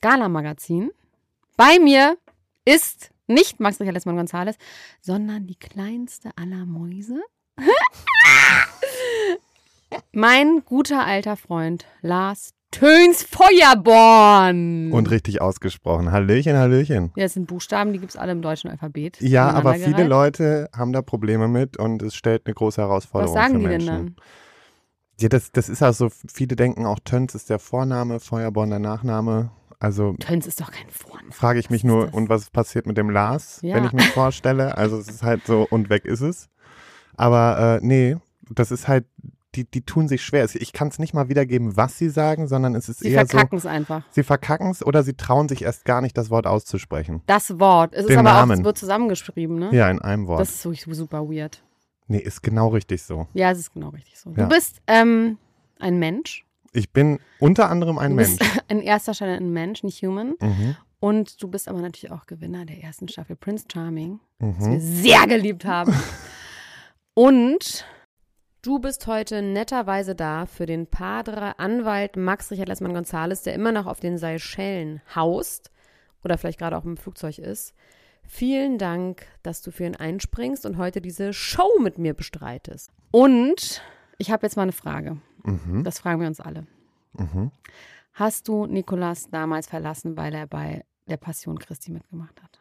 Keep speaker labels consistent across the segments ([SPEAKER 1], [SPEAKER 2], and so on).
[SPEAKER 1] Gala Magazin. Bei mir ist nicht Max Richard Lessmann Gonzales, sondern die kleinste aller Mäuse. mein guter alter Freund Lars Töns Feuerborn.
[SPEAKER 2] Und richtig ausgesprochen. Hallöchen, Hallöchen.
[SPEAKER 1] ja, das sind Buchstaben, die gibt es alle im deutschen Alphabet.
[SPEAKER 2] Ja, aber viele
[SPEAKER 1] Aneinandergereiht.
[SPEAKER 2] Leute haben da Probleme mit und es stellt eine große Herausforderung
[SPEAKER 1] Was sagen
[SPEAKER 2] für
[SPEAKER 1] die denn dann?
[SPEAKER 2] Menschen. Ja, das, das ist ja so, viele denken auch, Tönz ist der Vorname, Feuerborn der Nachname. Also
[SPEAKER 1] Töns ist doch kein Vorname.
[SPEAKER 2] frage ich mich
[SPEAKER 1] Was ist
[SPEAKER 2] nur,
[SPEAKER 1] das?
[SPEAKER 2] und was passiert mit dem Lars,
[SPEAKER 1] Ja.
[SPEAKER 2] wenn ich mir vorstelle? Also es ist halt so, und weg ist es. Aber äh, nee, das ist halt, die, die tun sich schwer. Ich kann es nicht mal wiedergeben, was sie sagen, sondern es ist
[SPEAKER 1] Sie
[SPEAKER 2] eher
[SPEAKER 1] verkacken es einfach.
[SPEAKER 2] so, sie verkacken es oder sie trauen sich erst gar nicht, das Wort auszusprechen.
[SPEAKER 1] Das Wort. Es ist
[SPEAKER 2] Den
[SPEAKER 1] aber auch,
[SPEAKER 2] Namen.
[SPEAKER 1] es wird zusammengeschrieben, ne?
[SPEAKER 2] Ja, in einem Wort.
[SPEAKER 1] Das ist so super weird.
[SPEAKER 2] Nee, ist genau richtig so.
[SPEAKER 1] Ja, es ist genau richtig so.
[SPEAKER 2] Ja.
[SPEAKER 1] Du bist ähm, ein Mensch.
[SPEAKER 2] Ich bin unter anderem ein
[SPEAKER 1] du
[SPEAKER 2] Mensch.
[SPEAKER 1] bist in erster Stelle ein Mensch, nicht human.
[SPEAKER 2] Mhm.
[SPEAKER 1] Und du bist aber natürlich auch Gewinner der ersten Staffel Prince Charming, was wir
[SPEAKER 2] Mhm.
[SPEAKER 1] sehr geliebt haben. Und du bist heute netterweise da für den Padre Anwalt Max Richard Lessmann Gonzales, der immer noch auf den Seychellen haust oder vielleicht gerade auch im Flugzeug ist. Vielen Dank, dass du für ihn einspringst und heute diese Show mit mir bestreitest. Und ich habe jetzt mal eine Frage.
[SPEAKER 2] Mhm.
[SPEAKER 1] Das fragen wir uns alle.
[SPEAKER 2] Mhm.
[SPEAKER 1] Hast du Nikolas damals verlassen, weil er bei der Passion Christi mitgemacht hat?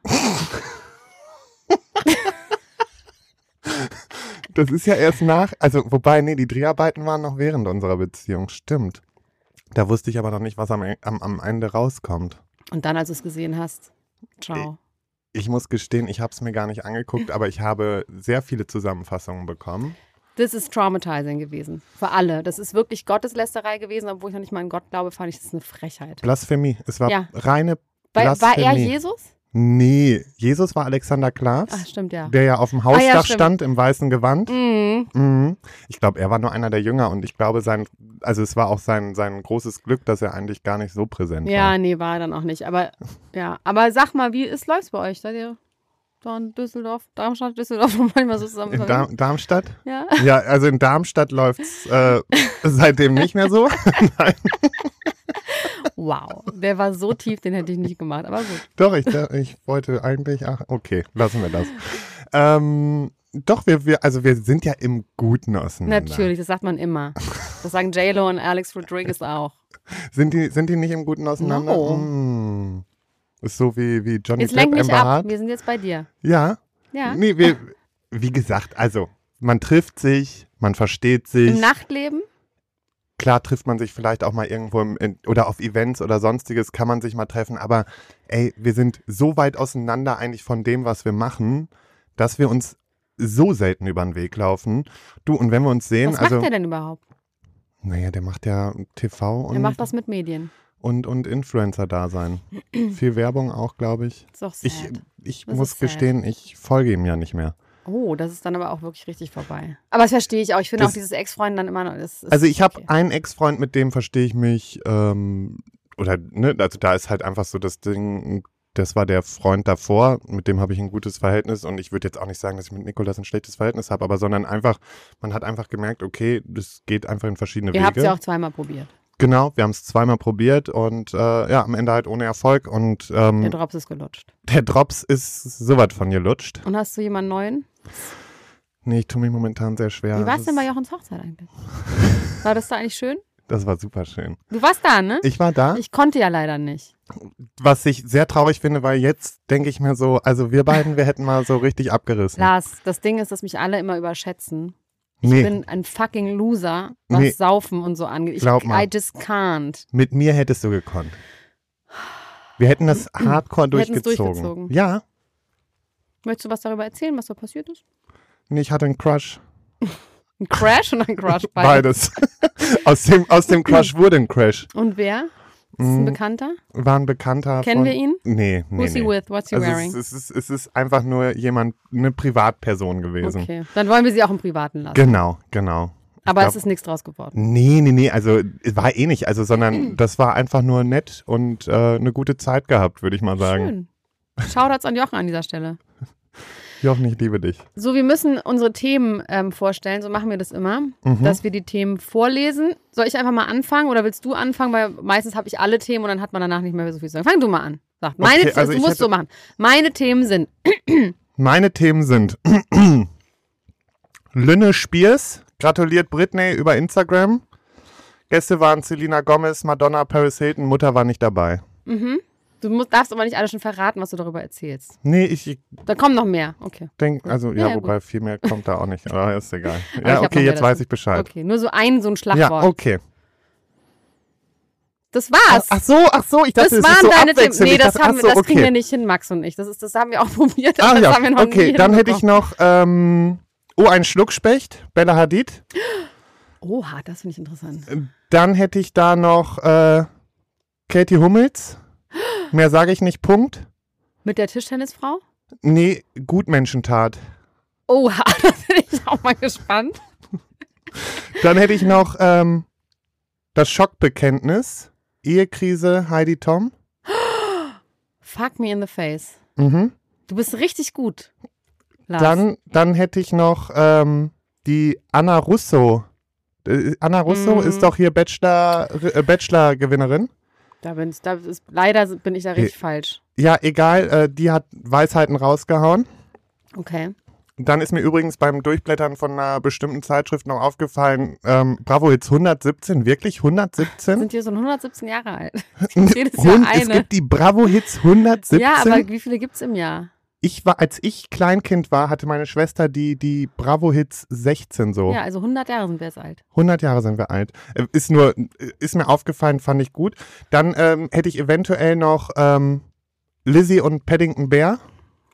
[SPEAKER 2] Das ist ja erst nach, also wobei, nee, die Dreharbeiten waren noch während unserer Beziehung, stimmt. Da wusste ich aber noch nicht, was am, am, am Ende rauskommt.
[SPEAKER 1] Und dann, als du es gesehen hast, ciao.
[SPEAKER 2] Ich muss gestehen, ich habe es mir gar nicht angeguckt, aber ich habe sehr viele Zusammenfassungen bekommen.
[SPEAKER 1] Das ist traumatizing gewesen. Für alle. Das ist wirklich Gotteslästerei gewesen, obwohl ich noch nicht mal an Gott glaube, fand ich das eine Frechheit.
[SPEAKER 2] Blasphemie, es war
[SPEAKER 1] Ja.
[SPEAKER 2] reine
[SPEAKER 1] Weil, war
[SPEAKER 2] Blasphemie.
[SPEAKER 1] er Jesus?
[SPEAKER 2] Nee, Jesus war Alexander
[SPEAKER 1] Ach,
[SPEAKER 2] Klaas,
[SPEAKER 1] stimmt, ja.
[SPEAKER 2] der ja auf dem
[SPEAKER 1] ja,
[SPEAKER 2] Hausdach
[SPEAKER 1] stimmt.
[SPEAKER 2] stand im weißen Gewand.
[SPEAKER 1] Mhm.
[SPEAKER 2] Mhm. Ich glaube, er war nur einer der Jünger und ich glaube, sein, also es war auch sein, sein großes Glück, dass er eigentlich gar nicht so präsent
[SPEAKER 1] Ja,
[SPEAKER 2] war.
[SPEAKER 1] nee, war er dann auch nicht. Aber ja, aber sag mal, wie ist läuft's bei euch? Seid ihr da in Düsseldorf, Darmstadt, Düsseldorf und manchmal so zusammen?
[SPEAKER 2] In
[SPEAKER 1] unterwegs?
[SPEAKER 2] Dar Darmstadt?
[SPEAKER 1] ja.
[SPEAKER 2] Ja, also in Darmstadt läuft es äh, seitdem nicht mehr so.
[SPEAKER 1] Wow. Der war so tief, den hätte ich nicht gemacht. Aber gut.
[SPEAKER 2] doch, ich, ich wollte eigentlich, ach, okay, lassen wir das. Ähm, doch, wir, wir, also wir sind ja im Guten auseinander.
[SPEAKER 1] Natürlich, das sagt man immer. Das sagen JLo und Alex Rodriguez auch.
[SPEAKER 2] Sind die, sind die nicht im Guten auseinander?
[SPEAKER 1] No.
[SPEAKER 2] Mm. Ist so wie, wie Johnny
[SPEAKER 1] Jetzt lenk
[SPEAKER 2] Depp,
[SPEAKER 1] mich
[SPEAKER 2] Amber
[SPEAKER 1] ab.
[SPEAKER 2] Hart.
[SPEAKER 1] Wir sind jetzt bei dir.
[SPEAKER 2] Ja,
[SPEAKER 1] Ja.
[SPEAKER 2] Nee, wir, wie gesagt, also man trifft sich, man versteht
[SPEAKER 1] Im
[SPEAKER 2] sich.
[SPEAKER 1] Nachtleben?
[SPEAKER 2] Klar trifft man sich vielleicht auch mal irgendwo im, in, oder auf Events oder sonstiges kann man sich mal treffen, aber ey, wir sind so weit auseinander eigentlich von dem, was wir machen, dass wir uns so selten über den Weg laufen. Du, und wenn wir uns sehen,
[SPEAKER 1] Was
[SPEAKER 2] also,
[SPEAKER 1] macht er denn überhaupt?
[SPEAKER 2] naja, der macht ja TV
[SPEAKER 1] er
[SPEAKER 2] und,
[SPEAKER 1] macht was mit Medien.
[SPEAKER 2] und, und Influencer-Dasein. Viel Werbung auch, glaube ich.
[SPEAKER 1] Ist doch sad.
[SPEAKER 2] Ich, äh, ich
[SPEAKER 1] Das ist
[SPEAKER 2] muss
[SPEAKER 1] sad.
[SPEAKER 2] gestehen, ich folge ihm ja nicht mehr.
[SPEAKER 1] oh, das ist dann aber auch wirklich richtig vorbei. Aber das verstehe ich auch. Ich finde
[SPEAKER 2] Das-
[SPEAKER 1] auch dieses Ex-Freund dann immer noch. Das ist
[SPEAKER 2] Also ich habe
[SPEAKER 1] okay.
[SPEAKER 2] einen Ex-Freund, mit dem verstehe ich mich, ähm, oder ne, also da ist halt einfach so das Ding, das war der Freund davor, mit dem habe ich ein gutes Verhältnis und ich würde jetzt auch nicht sagen, dass ich mit Nikolas ein schlechtes Verhältnis habe, aber sondern einfach, man hat einfach gemerkt, okay, das geht einfach in verschiedene
[SPEAKER 1] Ihr habt
[SPEAKER 2] Wege.
[SPEAKER 1] es ja auch zweimal probiert.
[SPEAKER 2] genau, wir haben es zweimal probiert und äh, ja, am Ende halt ohne Erfolg und ähm,
[SPEAKER 1] Der
[SPEAKER 2] der,
[SPEAKER 1] Drops ist gelutscht.
[SPEAKER 2] Drops ist sowas von gelutscht.
[SPEAKER 1] Und hast du jemanden neuen?
[SPEAKER 2] Nee, ich tue mich momentan sehr schwer.
[SPEAKER 1] Wie war es
[SPEAKER 2] Das
[SPEAKER 1] denn bei
[SPEAKER 2] ist-
[SPEAKER 1] Jochens Hochzeit eigentlich? War das da eigentlich schön?
[SPEAKER 2] Das war super schön.
[SPEAKER 1] Du warst da, ne?
[SPEAKER 2] Ich war da,
[SPEAKER 1] Ich konnte ja leider nicht.
[SPEAKER 2] was ich sehr traurig finde, weil jetzt denke ich mir so, also wir beiden, wir hätten mal so richtig abgerissen.
[SPEAKER 1] Lars, das Ding ist, dass mich alle immer überschätzen. Ich
[SPEAKER 2] nee,
[SPEAKER 1] bin ein fucking Loser, was
[SPEAKER 2] Nee.
[SPEAKER 1] Saufen und so angeht. Ich,
[SPEAKER 2] Glaub mal.
[SPEAKER 1] I just can't.
[SPEAKER 2] mit mir hättest du gekonnt. Wir hätten das hardcore
[SPEAKER 1] Wir hätten's
[SPEAKER 2] durchgezogen.
[SPEAKER 1] durchgezogen.
[SPEAKER 2] Ja,
[SPEAKER 1] Möchtest du was darüber erzählen, was da passiert ist?
[SPEAKER 2] nee, ich hatte einen Crush.
[SPEAKER 1] Ein Crash und ein Crush beide.
[SPEAKER 2] Beides. aus, dem, aus dem Crush wurde ein Crash.
[SPEAKER 1] Und wer? Ist es ein Bekannter?
[SPEAKER 2] War ein Bekannter.
[SPEAKER 1] Kennen
[SPEAKER 2] von,
[SPEAKER 1] wir ihn?
[SPEAKER 2] Nee, Mhm. nee.
[SPEAKER 1] Who's
[SPEAKER 2] nee.
[SPEAKER 1] he with? What's he
[SPEAKER 2] also
[SPEAKER 1] wearing?
[SPEAKER 2] es, es, ist, es ist einfach nur jemand, eine Privatperson gewesen.
[SPEAKER 1] Okay, dann wollen wir sie auch im Privaten lassen.
[SPEAKER 2] Genau, genau. Ich
[SPEAKER 1] Aber
[SPEAKER 2] glaub-
[SPEAKER 1] es ist nichts draus geworden.
[SPEAKER 2] Nee, nee, nee, also es war eh nicht, also sondern
[SPEAKER 1] Hm.
[SPEAKER 2] das war einfach nur nett und äh, eine gute Zeit gehabt, würde ich mal sagen.
[SPEAKER 1] Schön. Shoutouts an Jochen an dieser Stelle.
[SPEAKER 2] Jochen, ich liebe dich.
[SPEAKER 1] So, wir müssen unsere Themen ähm, vorstellen, so machen wir das immer,
[SPEAKER 2] Mhm.
[SPEAKER 1] dass wir die Themen vorlesen. Soll ich einfach mal anfangen oder willst du anfangen? Weil meistens habe ich alle Themen und dann hat man danach nicht mehr so viel zu sagen. Fang du mal an. Sag, meine
[SPEAKER 2] Okay,
[SPEAKER 1] Themen,
[SPEAKER 2] also
[SPEAKER 1] du
[SPEAKER 2] ich
[SPEAKER 1] musst
[SPEAKER 2] hätte-
[SPEAKER 1] so machen. Meine Themen sind
[SPEAKER 2] Meine Themen sind Lynne Spiers, gratuliert Britney über Instagram. Gäste waren Selena Gomez, Madonna, Paris Hilton, Mutter war nicht dabei.
[SPEAKER 1] Du musst, darfst aber nicht alle schon verraten, was du darüber erzählst.
[SPEAKER 2] Nee, ich
[SPEAKER 1] Da kommen noch mehr. Okay.
[SPEAKER 2] denke, also ja,
[SPEAKER 1] Ja, ja, gut.
[SPEAKER 2] wobei viel mehr kommt da auch nicht, aber ist egal.
[SPEAKER 1] Aber ich
[SPEAKER 2] Ja,
[SPEAKER 1] hab noch
[SPEAKER 2] okay,
[SPEAKER 1] mehr
[SPEAKER 2] jetzt weiß
[SPEAKER 1] dazu.
[SPEAKER 2] ich Bescheid.
[SPEAKER 1] Okay, nur so ein, so ein Schlagwort.
[SPEAKER 2] Ja, oh. okay.
[SPEAKER 1] Das war's.
[SPEAKER 2] Ach so, ach so, ich
[SPEAKER 1] das
[SPEAKER 2] dachte, es ist
[SPEAKER 1] waren
[SPEAKER 2] so
[SPEAKER 1] deine Themen.
[SPEAKER 2] abwechselnd.
[SPEAKER 1] Nee,
[SPEAKER 2] Ich
[SPEAKER 1] das,
[SPEAKER 2] dachte,
[SPEAKER 1] haben,
[SPEAKER 2] ach
[SPEAKER 1] wir-
[SPEAKER 2] so,
[SPEAKER 1] das
[SPEAKER 2] okay.
[SPEAKER 1] kriegen wir nicht hin, Max und ich. Das, ist, das haben wir auch probiert.
[SPEAKER 2] Ah
[SPEAKER 1] das
[SPEAKER 2] ja,
[SPEAKER 1] haben wir noch
[SPEAKER 2] okay,
[SPEAKER 1] nie
[SPEAKER 2] dann hätte ich
[SPEAKER 1] hinbekommen.
[SPEAKER 2] noch, ähm, oh, ein Schluckspecht, Bella Hadid.
[SPEAKER 1] Oha, das finde ich interessant.
[SPEAKER 2] Dann hätte ich da noch äh, Katie Hummels. Mehr sage ich nicht, Punkt.
[SPEAKER 1] Mit der Tischtennisfrau?
[SPEAKER 2] Nee, Gutmenschentat.
[SPEAKER 1] Oha, da bin ich auch mal gespannt.
[SPEAKER 2] Dann hätte ich noch ähm, das Schockbekenntnis, Ehekrise, Heidi Tom.
[SPEAKER 1] Fuck me in the face.
[SPEAKER 2] Mhm.
[SPEAKER 1] Du bist richtig gut. Lars.
[SPEAKER 2] Dann, dann hätte ich noch ähm, die Anna Russo. Äh, Anna Russo
[SPEAKER 1] Mhm.
[SPEAKER 2] ist doch hier Bachelor, äh, Bachelor-Gewinnerin.
[SPEAKER 1] Da bin ich, da ist, leider bin ich da richtig
[SPEAKER 2] Äh.
[SPEAKER 1] falsch.
[SPEAKER 2] Ja, egal, äh, die hat Weisheiten rausgehauen.
[SPEAKER 1] Okay.
[SPEAKER 2] Dann ist mir übrigens beim Durchblättern von einer bestimmten Zeitschrift noch aufgefallen, ähm, Bravo Hits 117, wirklich 117?
[SPEAKER 1] Sind wir so 117 Jahre alt? jedes Jahr
[SPEAKER 2] Hund, es
[SPEAKER 1] eine.
[SPEAKER 2] gibt die Bravo Hits 117.
[SPEAKER 1] Ja, aber wie viele gibt's im Jahr?
[SPEAKER 2] ich war, als ich Kleinkind war, hatte meine Schwester die, die Bravo Hits 16 so.
[SPEAKER 1] Ja, also 100 Jahre sind wir jetzt alt.
[SPEAKER 2] 100 Jahre sind wir alt. Äh, Ist nur, äh, ist mir aufgefallen, fand ich gut. Dann ähm, hätte ich eventuell noch ähm, Lizzie und Paddington Bear.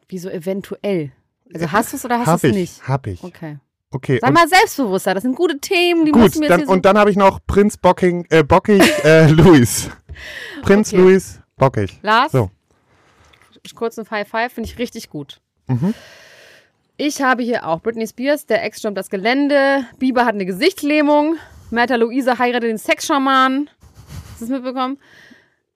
[SPEAKER 1] Wieso eventuell? Also hast du es oder hast
[SPEAKER 2] hab
[SPEAKER 1] du es
[SPEAKER 2] ich,
[SPEAKER 1] nicht?
[SPEAKER 2] hab ich.
[SPEAKER 1] Okay.
[SPEAKER 2] Okay,
[SPEAKER 1] Sei
[SPEAKER 2] und
[SPEAKER 1] mal selbstbewusster, das sind gute Themen, die
[SPEAKER 2] Gut,
[SPEAKER 1] müssen wir jetzt
[SPEAKER 2] dann,
[SPEAKER 1] hier so-
[SPEAKER 2] und dann habe ich noch Prinz Bocking, äh, Bockig, äh, Luis. Prinz
[SPEAKER 1] Okay.
[SPEAKER 2] Luis Bockig.
[SPEAKER 1] Lars,
[SPEAKER 2] So.
[SPEAKER 1] kurzen Five Five finde ich richtig gut.
[SPEAKER 2] Mhm.
[SPEAKER 1] Ich habe hier auch Britney Spears, der Ex stürmt das Gelände, Bieber hat eine Gesichtslähmung, Märtha Luise heiratet den Sexschaman. Hast du es mitbekommen?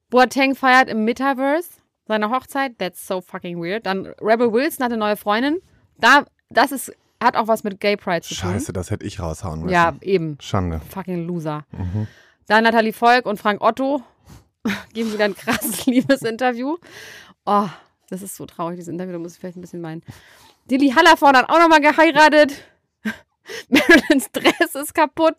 [SPEAKER 1] Boateng feiert im Metaverse seine Hochzeit. That's so fucking weird. Dann Rebel Wilson hat eine neue Freundin. Da, das ist, hat auch was mit Gay Pride zu tun.
[SPEAKER 2] Scheiße, das hätte ich raushauen müssen.
[SPEAKER 1] Ja, eben.
[SPEAKER 2] Schande.
[SPEAKER 1] Fucking Loser. Dann Nathalie Volk und Frank Otto geben wieder ein krasses Liebesinterview. Oh, das ist so traurig, dieses Interview, da muss ich vielleicht ein bisschen meinen. Dilly Hallervorn hat auch nochmal geheiratet. Marilyns Dress ist kaputt.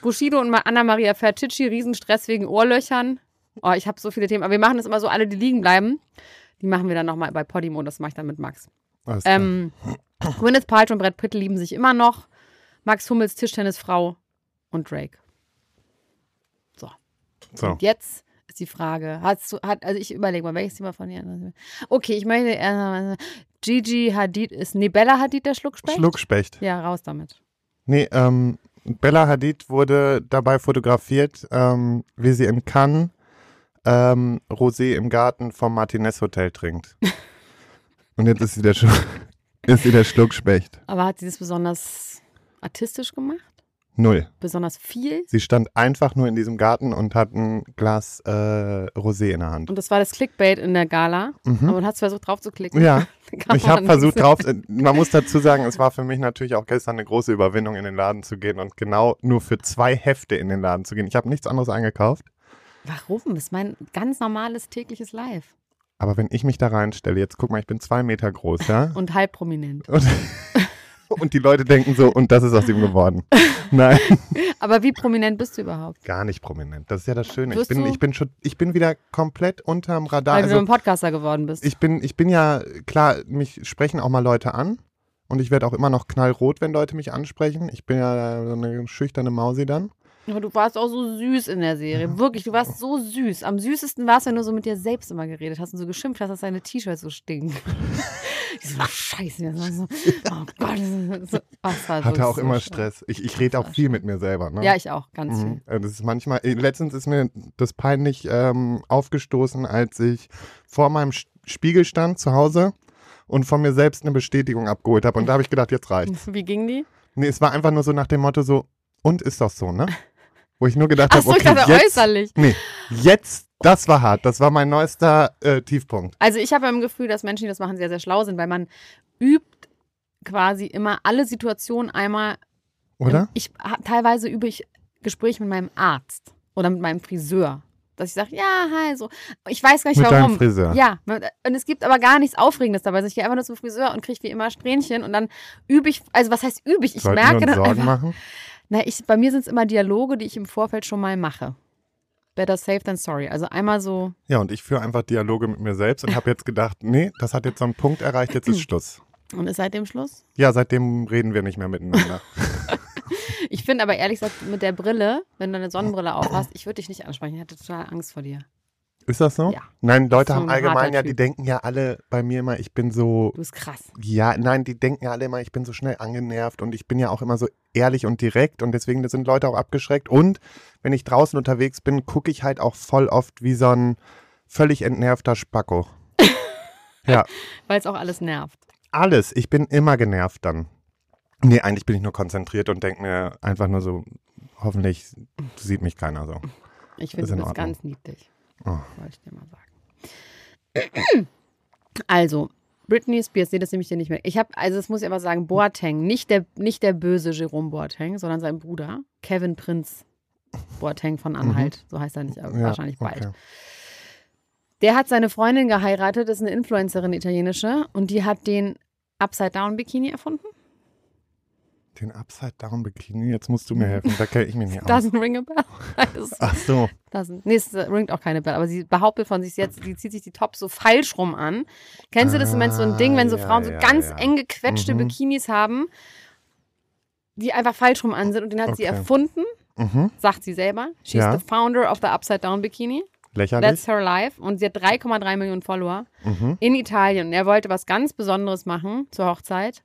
[SPEAKER 1] Bushido und Anna-Maria Ferticci, Riesenstress wegen Ohrlöchern. Oh, ich habe so viele Themen, aber wir machen das immer so, alle, die liegen bleiben. Die machen wir dann nochmal bei Podimo, das mache ich dann mit Max.
[SPEAKER 2] Alles klar.
[SPEAKER 1] Ähm, Gwyneth Paltrow und Brad Pitt lieben sich immer noch. Max Hummels, Tischtennisfrau und Drake.
[SPEAKER 2] so.
[SPEAKER 1] Und jetzt ist die Frage, hast du, hat, also ich überlege mal, welches Thema von dir? Okay, ich möchte äh, Gigi Hadid, ist nee, Bella Hadid der Schluckspecht?
[SPEAKER 2] Schluckspecht.
[SPEAKER 1] Ja, raus damit.
[SPEAKER 2] Nee, ähm, Bella Hadid wurde dabei fotografiert, ähm, wie sie in Cannes ähm, Rosé im Garten vom Martinez Hotel trinkt. Und jetzt ist sie der, Schlu ist sie der Schluckspecht.
[SPEAKER 1] Aber hat sie das besonders artistisch gemacht?
[SPEAKER 2] Null.
[SPEAKER 1] Besonders viel?
[SPEAKER 2] Sie stand einfach nur in diesem Garten und hat ein Glas äh, Rosé in der Hand.
[SPEAKER 1] Und das war das Clickbait in der Gala. Aber du hast versucht drauf zu klicken.
[SPEAKER 2] Mhm.
[SPEAKER 1] Da
[SPEAKER 2] Ja,
[SPEAKER 1] kam
[SPEAKER 2] ich habe
[SPEAKER 1] man
[SPEAKER 2] versucht
[SPEAKER 1] nichts.
[SPEAKER 2] drauf, man muss dazu sagen, es war für mich natürlich auch gestern eine große Überwindung, in den Laden zu gehen und genau nur für zwei Hefte in den Laden zu gehen. Ich habe nichts anderes eingekauft,
[SPEAKER 1] Warum? Das ist mein ganz normales tägliches Live.
[SPEAKER 2] aber wenn ich mich da reinstelle, jetzt guck mal, ich bin zwei Meter groß, ja?
[SPEAKER 1] Und halb prominent.
[SPEAKER 2] Und Und die Leute denken so, und das ist aus ihm geworden. Nein,
[SPEAKER 1] Aber wie prominent bist du überhaupt?
[SPEAKER 2] gar nicht prominent. Das ist ja das Schöne. Ich
[SPEAKER 1] Wirst
[SPEAKER 2] bin,
[SPEAKER 1] du-
[SPEAKER 2] ich bin, schon, ich bin wieder komplett unterm Radar.
[SPEAKER 1] Weil du
[SPEAKER 2] Also,
[SPEAKER 1] ein Podcaster geworden bist.
[SPEAKER 2] ich bin, ich bin ja, klar, mich sprechen auch mal Leute an. Und ich werde auch immer noch knallrot, wenn Leute mich ansprechen. Ich bin ja so eine schüchterne Mausi dann.
[SPEAKER 1] Aber du warst auch so süß in der Serie. Wirklich, du warst so süß. Am süßesten warst, wenn du so mit dir selbst immer geredet hast und so geschimpft hast, dass deine T-Shirts so stinken. Ich so, ach, scheiße. Das war so, oh Gott. Das so, das war
[SPEAKER 2] Hatte
[SPEAKER 1] wirklich
[SPEAKER 2] auch
[SPEAKER 1] so
[SPEAKER 2] immer
[SPEAKER 1] schlimm.
[SPEAKER 2] Stress. Ich, ich rede auch viel mit mir selber. Ne?
[SPEAKER 1] Ja, ich auch, ganz
[SPEAKER 2] Mhm.
[SPEAKER 1] viel.
[SPEAKER 2] Äh, Das ist manchmal, äh, letztens ist mir das peinlich ähm, aufgestoßen, als ich vor meinem Sch- Spiegel stand zu Hause und von mir selbst eine Bestätigung abgeholt habe. Und da habe ich gedacht, jetzt reicht's.
[SPEAKER 1] Wie ging die?
[SPEAKER 2] Nee, es war einfach nur so nach dem Motto so, und ist doch so, ne? Wo ich nur gedacht habe,
[SPEAKER 1] Achso, ich
[SPEAKER 2] okay,
[SPEAKER 1] dachte
[SPEAKER 2] jetzt,
[SPEAKER 1] äußerlich.
[SPEAKER 2] nee, jetzt, das war hart. Das war mein neuester äh, Tiefpunkt.
[SPEAKER 1] Also ich habe ja im Gefühl, dass Menschen, die das machen, sehr, sehr schlau sind, weil man übt quasi immer alle Situationen einmal.
[SPEAKER 2] Oder?
[SPEAKER 1] Ähm, Ich, ha- teilweise übe ich Gespräche mit meinem Arzt oder mit meinem Friseur. Dass ich sage, ja, hi, so. Ich weiß gar nicht
[SPEAKER 2] Mit deinem
[SPEAKER 1] warum.
[SPEAKER 2] Friseur.
[SPEAKER 1] Ja, und es gibt aber gar nichts Aufregendes dabei. Also ich gehe einfach nur zum Friseur und kriege wie immer Strähnchen und dann übe ich, also was heißt übe ich? Ich
[SPEAKER 2] Sollten wir
[SPEAKER 1] merke
[SPEAKER 2] uns
[SPEAKER 1] dann
[SPEAKER 2] Sorgen
[SPEAKER 1] einfach,
[SPEAKER 2] machen?
[SPEAKER 1] na, ich, bei mir sind es immer Dialoge, die ich im Vorfeld schon mal mache. Better safe than sorry. Also einmal so,
[SPEAKER 2] Ja, und ich führe einfach Dialoge mit mir selbst und habe jetzt gedacht, nee, das hat jetzt so einen Punkt erreicht, jetzt ist Schluss.
[SPEAKER 1] und ist seit dem Schluss?
[SPEAKER 2] Ja, seitdem reden wir nicht mehr miteinander.
[SPEAKER 1] Ich finde aber ehrlich gesagt, mit der Brille, wenn du eine Sonnenbrille aufhast, ich würde dich nicht ansprechen. Ich hatte total Angst vor dir.
[SPEAKER 2] Ist das so?
[SPEAKER 1] Ja.
[SPEAKER 2] Nein, Leute
[SPEAKER 1] So
[SPEAKER 2] haben
[SPEAKER 1] ein harter
[SPEAKER 2] allgemein ja, die
[SPEAKER 1] Typ.
[SPEAKER 2] denken ja alle bei mir immer, ich bin so,
[SPEAKER 1] Du bist krass.
[SPEAKER 2] ja, nein, die denken ja alle immer, ich bin so schnell angenervt und ich bin ja auch immer so ehrlich und direkt und deswegen sind Leute auch abgeschreckt. Und wenn ich draußen unterwegs bin, gucke ich halt auch voll oft wie so ein völlig entnervter Spacko. ja,
[SPEAKER 1] Weil es auch alles nervt.
[SPEAKER 2] alles. Ich bin immer genervt dann. Nee, eigentlich bin ich nur konzentriert und denke mir einfach nur so, hoffentlich sieht mich keiner so.
[SPEAKER 1] Ich
[SPEAKER 2] Ist
[SPEAKER 1] finde, du
[SPEAKER 2] in
[SPEAKER 1] bist
[SPEAKER 2] Ordnung.
[SPEAKER 1] ganz niedlich.
[SPEAKER 2] Oh.
[SPEAKER 1] Wollte ich dir mal sagen. Also, Britney Spears, nee, das nehme ich dir nicht mehr. Ich habe, also das muss ich aber sagen, Boateng, nicht der, nicht der böse Jerome Boateng, sondern sein Bruder, Kevin Prinz Boateng von Anhalt. So heißt er nicht, aber
[SPEAKER 2] Mhm. Ja,
[SPEAKER 1] wahrscheinlich bald.
[SPEAKER 2] okay.
[SPEAKER 1] Der hat seine Freundin geheiratet, ist eine Influencerin italienische und die hat den Upside-Down-Bikini erfunden.
[SPEAKER 2] Den Upside-Down-Bikini, jetzt musst du mir helfen, da kenne ich mich nicht aus.
[SPEAKER 1] Doesn't ring a bell. Das-
[SPEAKER 2] Ach so.
[SPEAKER 1] Das, nee, es äh, ringt auch keine Bell, aber sie behauptet von sich jetzt, sie zieht sich die Tops so falsch rum an. Kennst du das im Moment so ein
[SPEAKER 2] Ah,
[SPEAKER 1] Ding, wenn so
[SPEAKER 2] ja,
[SPEAKER 1] Frauen so
[SPEAKER 2] ja,
[SPEAKER 1] ganz
[SPEAKER 2] ja.
[SPEAKER 1] eng gequetschte
[SPEAKER 2] Mhm.
[SPEAKER 1] Bikinis haben, die einfach falsch rum an sind und den hat sie
[SPEAKER 2] Okay.
[SPEAKER 1] erfunden,
[SPEAKER 2] Mhm.
[SPEAKER 1] sagt sie selber. She's
[SPEAKER 2] Ja.
[SPEAKER 1] the founder of the Upside Down Bikini.
[SPEAKER 2] Lächerlich.
[SPEAKER 1] That's her life. Und sie hat 3,3 Millionen Follower
[SPEAKER 2] Mhm.
[SPEAKER 1] in Italien. Und er wollte was ganz Besonderes machen zur Hochzeit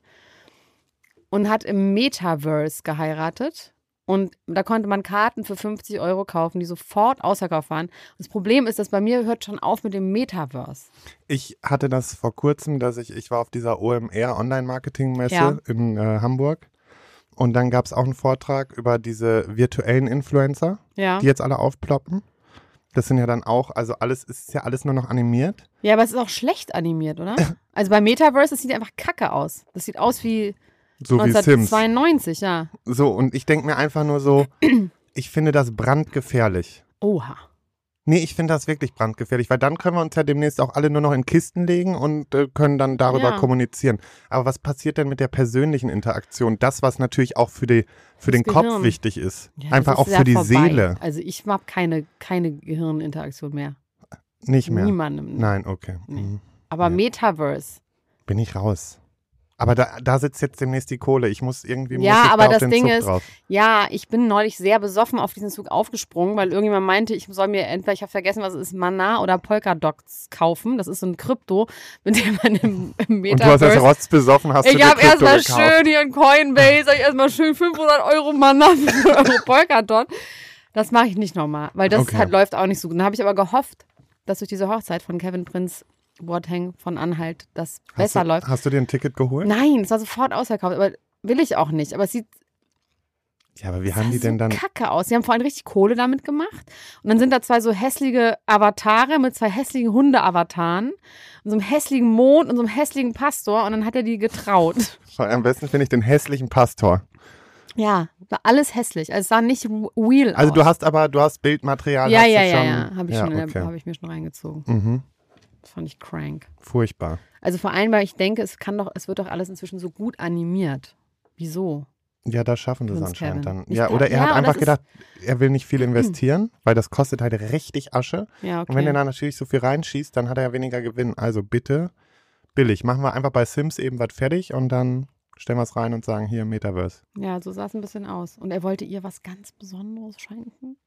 [SPEAKER 1] und hat im Metaverse geheiratet. Und da konnte man Karten für 50 Euro kaufen, die sofort ausverkauft waren. Und das Problem ist, dass bei mir hört schon auf mit dem Metaverse.
[SPEAKER 2] Ich hatte das vor kurzem, dass ich, ich war auf dieser OMR Online-Marketing-Messe
[SPEAKER 1] Ja.
[SPEAKER 2] in äh, Hamburg. Und dann gab es auch einen Vortrag über diese virtuellen Influencer,
[SPEAKER 1] Ja.
[SPEAKER 2] die jetzt alle aufploppen. Das sind ja dann auch, also alles es ist ja alles nur noch animiert.
[SPEAKER 1] Ja, aber es ist auch schlecht animiert, oder? Also bei Metaverse, das sieht einfach kacke aus. Das sieht aus wie
[SPEAKER 2] So wie Sims.
[SPEAKER 1] 1992, ja.
[SPEAKER 2] So, und ich denke mir einfach nur so, ich finde das brandgefährlich.
[SPEAKER 1] Oha.
[SPEAKER 2] Nee, ich finde das wirklich brandgefährlich, weil dann können wir uns ja demnächst auch alle nur noch in Kisten legen und äh, können dann darüber
[SPEAKER 1] Ja.
[SPEAKER 2] kommunizieren. Aber was passiert denn mit der persönlichen Interaktion? Das, was natürlich auch für, die, für den Kopf
[SPEAKER 1] Gehirn.
[SPEAKER 2] wichtig ist.
[SPEAKER 1] Ja, das
[SPEAKER 2] Einfach
[SPEAKER 1] ist
[SPEAKER 2] auch
[SPEAKER 1] ja
[SPEAKER 2] für die
[SPEAKER 1] vorbei.
[SPEAKER 2] Seele.
[SPEAKER 1] Also ich habe keine, keine Gehirninteraktion mehr.
[SPEAKER 2] Nicht mehr.
[SPEAKER 1] Niemandem.
[SPEAKER 2] Nein, okay.
[SPEAKER 1] Nee.
[SPEAKER 2] Mhm.
[SPEAKER 1] Aber
[SPEAKER 2] Nee.
[SPEAKER 1] Metaverse.
[SPEAKER 2] Bin ich raus. Aber da, da sitzt jetzt demnächst die Kohle. Ich muss irgendwie.
[SPEAKER 1] Ja,
[SPEAKER 2] muss ich
[SPEAKER 1] aber
[SPEAKER 2] da auf
[SPEAKER 1] das
[SPEAKER 2] den
[SPEAKER 1] Ding
[SPEAKER 2] Zug
[SPEAKER 1] ist,
[SPEAKER 2] drauf.
[SPEAKER 1] Ja, ich bin neulich sehr besoffen auf diesen Zug aufgesprungen, weil irgendjemand meinte, ich soll mir entweder, ich habe vergessen, was es ist, Mana oder Polkadots kaufen. Das ist so ein Krypto, mit dem man im, im
[SPEAKER 2] Und du hast als
[SPEAKER 1] Metaverse.
[SPEAKER 2] Rotz besoffen, hast du
[SPEAKER 1] Ich
[SPEAKER 2] dir
[SPEAKER 1] habe
[SPEAKER 2] Krypto
[SPEAKER 1] erstmal
[SPEAKER 2] gekauft.
[SPEAKER 1] schön hier in Coinbase, hab ich erstmal schön 500 Euro Mana, 500 Euro Polkadot. Das mache ich nicht nochmal, weil das
[SPEAKER 2] Okay.
[SPEAKER 1] halt läuft auch nicht so gut. Dann habe ich aber gehofft, dass durch diese Hochzeit von Kevin Prinz Boateng von Anhalt das
[SPEAKER 2] Hast
[SPEAKER 1] besser
[SPEAKER 2] du,
[SPEAKER 1] läuft.
[SPEAKER 2] Hast du dir ein Ticket geholt?
[SPEAKER 1] Nein, es war sofort ausverkauft, aber will ich auch nicht. Aber es sieht
[SPEAKER 2] Ja, aber wie haben
[SPEAKER 1] sah
[SPEAKER 2] die
[SPEAKER 1] so
[SPEAKER 2] denn dann.
[SPEAKER 1] Kacke aus. Die haben vor allem richtig Kohle damit gemacht. Und dann sind da zwei so hässliche Avatare mit zwei hässlichen Hunde-Avataren und so einem hässlichen Mond und so einem hässlichen Pastor und dann hat er die getraut.
[SPEAKER 2] Am besten finde ich den hässlichen Pastor.
[SPEAKER 1] Ja, war alles hässlich. Also es sah nicht real
[SPEAKER 2] Also
[SPEAKER 1] aus.
[SPEAKER 2] du hast aber, du hast Bildmaterial.
[SPEAKER 1] ja,
[SPEAKER 2] hast
[SPEAKER 1] ja,
[SPEAKER 2] du
[SPEAKER 1] ja,
[SPEAKER 2] schon,
[SPEAKER 1] ja, habe ich, schon in der-
[SPEAKER 2] okay.
[SPEAKER 1] hab ich mir schon reingezogen.
[SPEAKER 2] Mhm.
[SPEAKER 1] Das fand ich crank.
[SPEAKER 2] Furchtbar.
[SPEAKER 1] Also vor allem, weil ich denke, es kann doch, es wird doch alles inzwischen so gut animiert. Wieso?
[SPEAKER 2] Ja, da schaffen sie es
[SPEAKER 1] Prinz
[SPEAKER 2] anscheinend
[SPEAKER 1] Kevin.
[SPEAKER 2] dann.
[SPEAKER 1] Ich
[SPEAKER 2] Ja,
[SPEAKER 1] glaub-
[SPEAKER 2] oder er
[SPEAKER 1] ja,
[SPEAKER 2] hat
[SPEAKER 1] aber
[SPEAKER 2] einfach
[SPEAKER 1] das
[SPEAKER 2] gedacht, er will nicht viel investieren, weil das kostet halt richtig Asche.
[SPEAKER 1] Ja, okay.
[SPEAKER 2] Und wenn er da natürlich so viel reinschießt, dann hat er ja weniger Gewinn. Also bitte billig. Machen wir einfach bei Sims eben was fertig und dann stellen wir es rein und sagen, hier Metaverse.
[SPEAKER 1] ja, so sah es ein bisschen aus. Und er wollte ihr was ganz Besonderes schenken.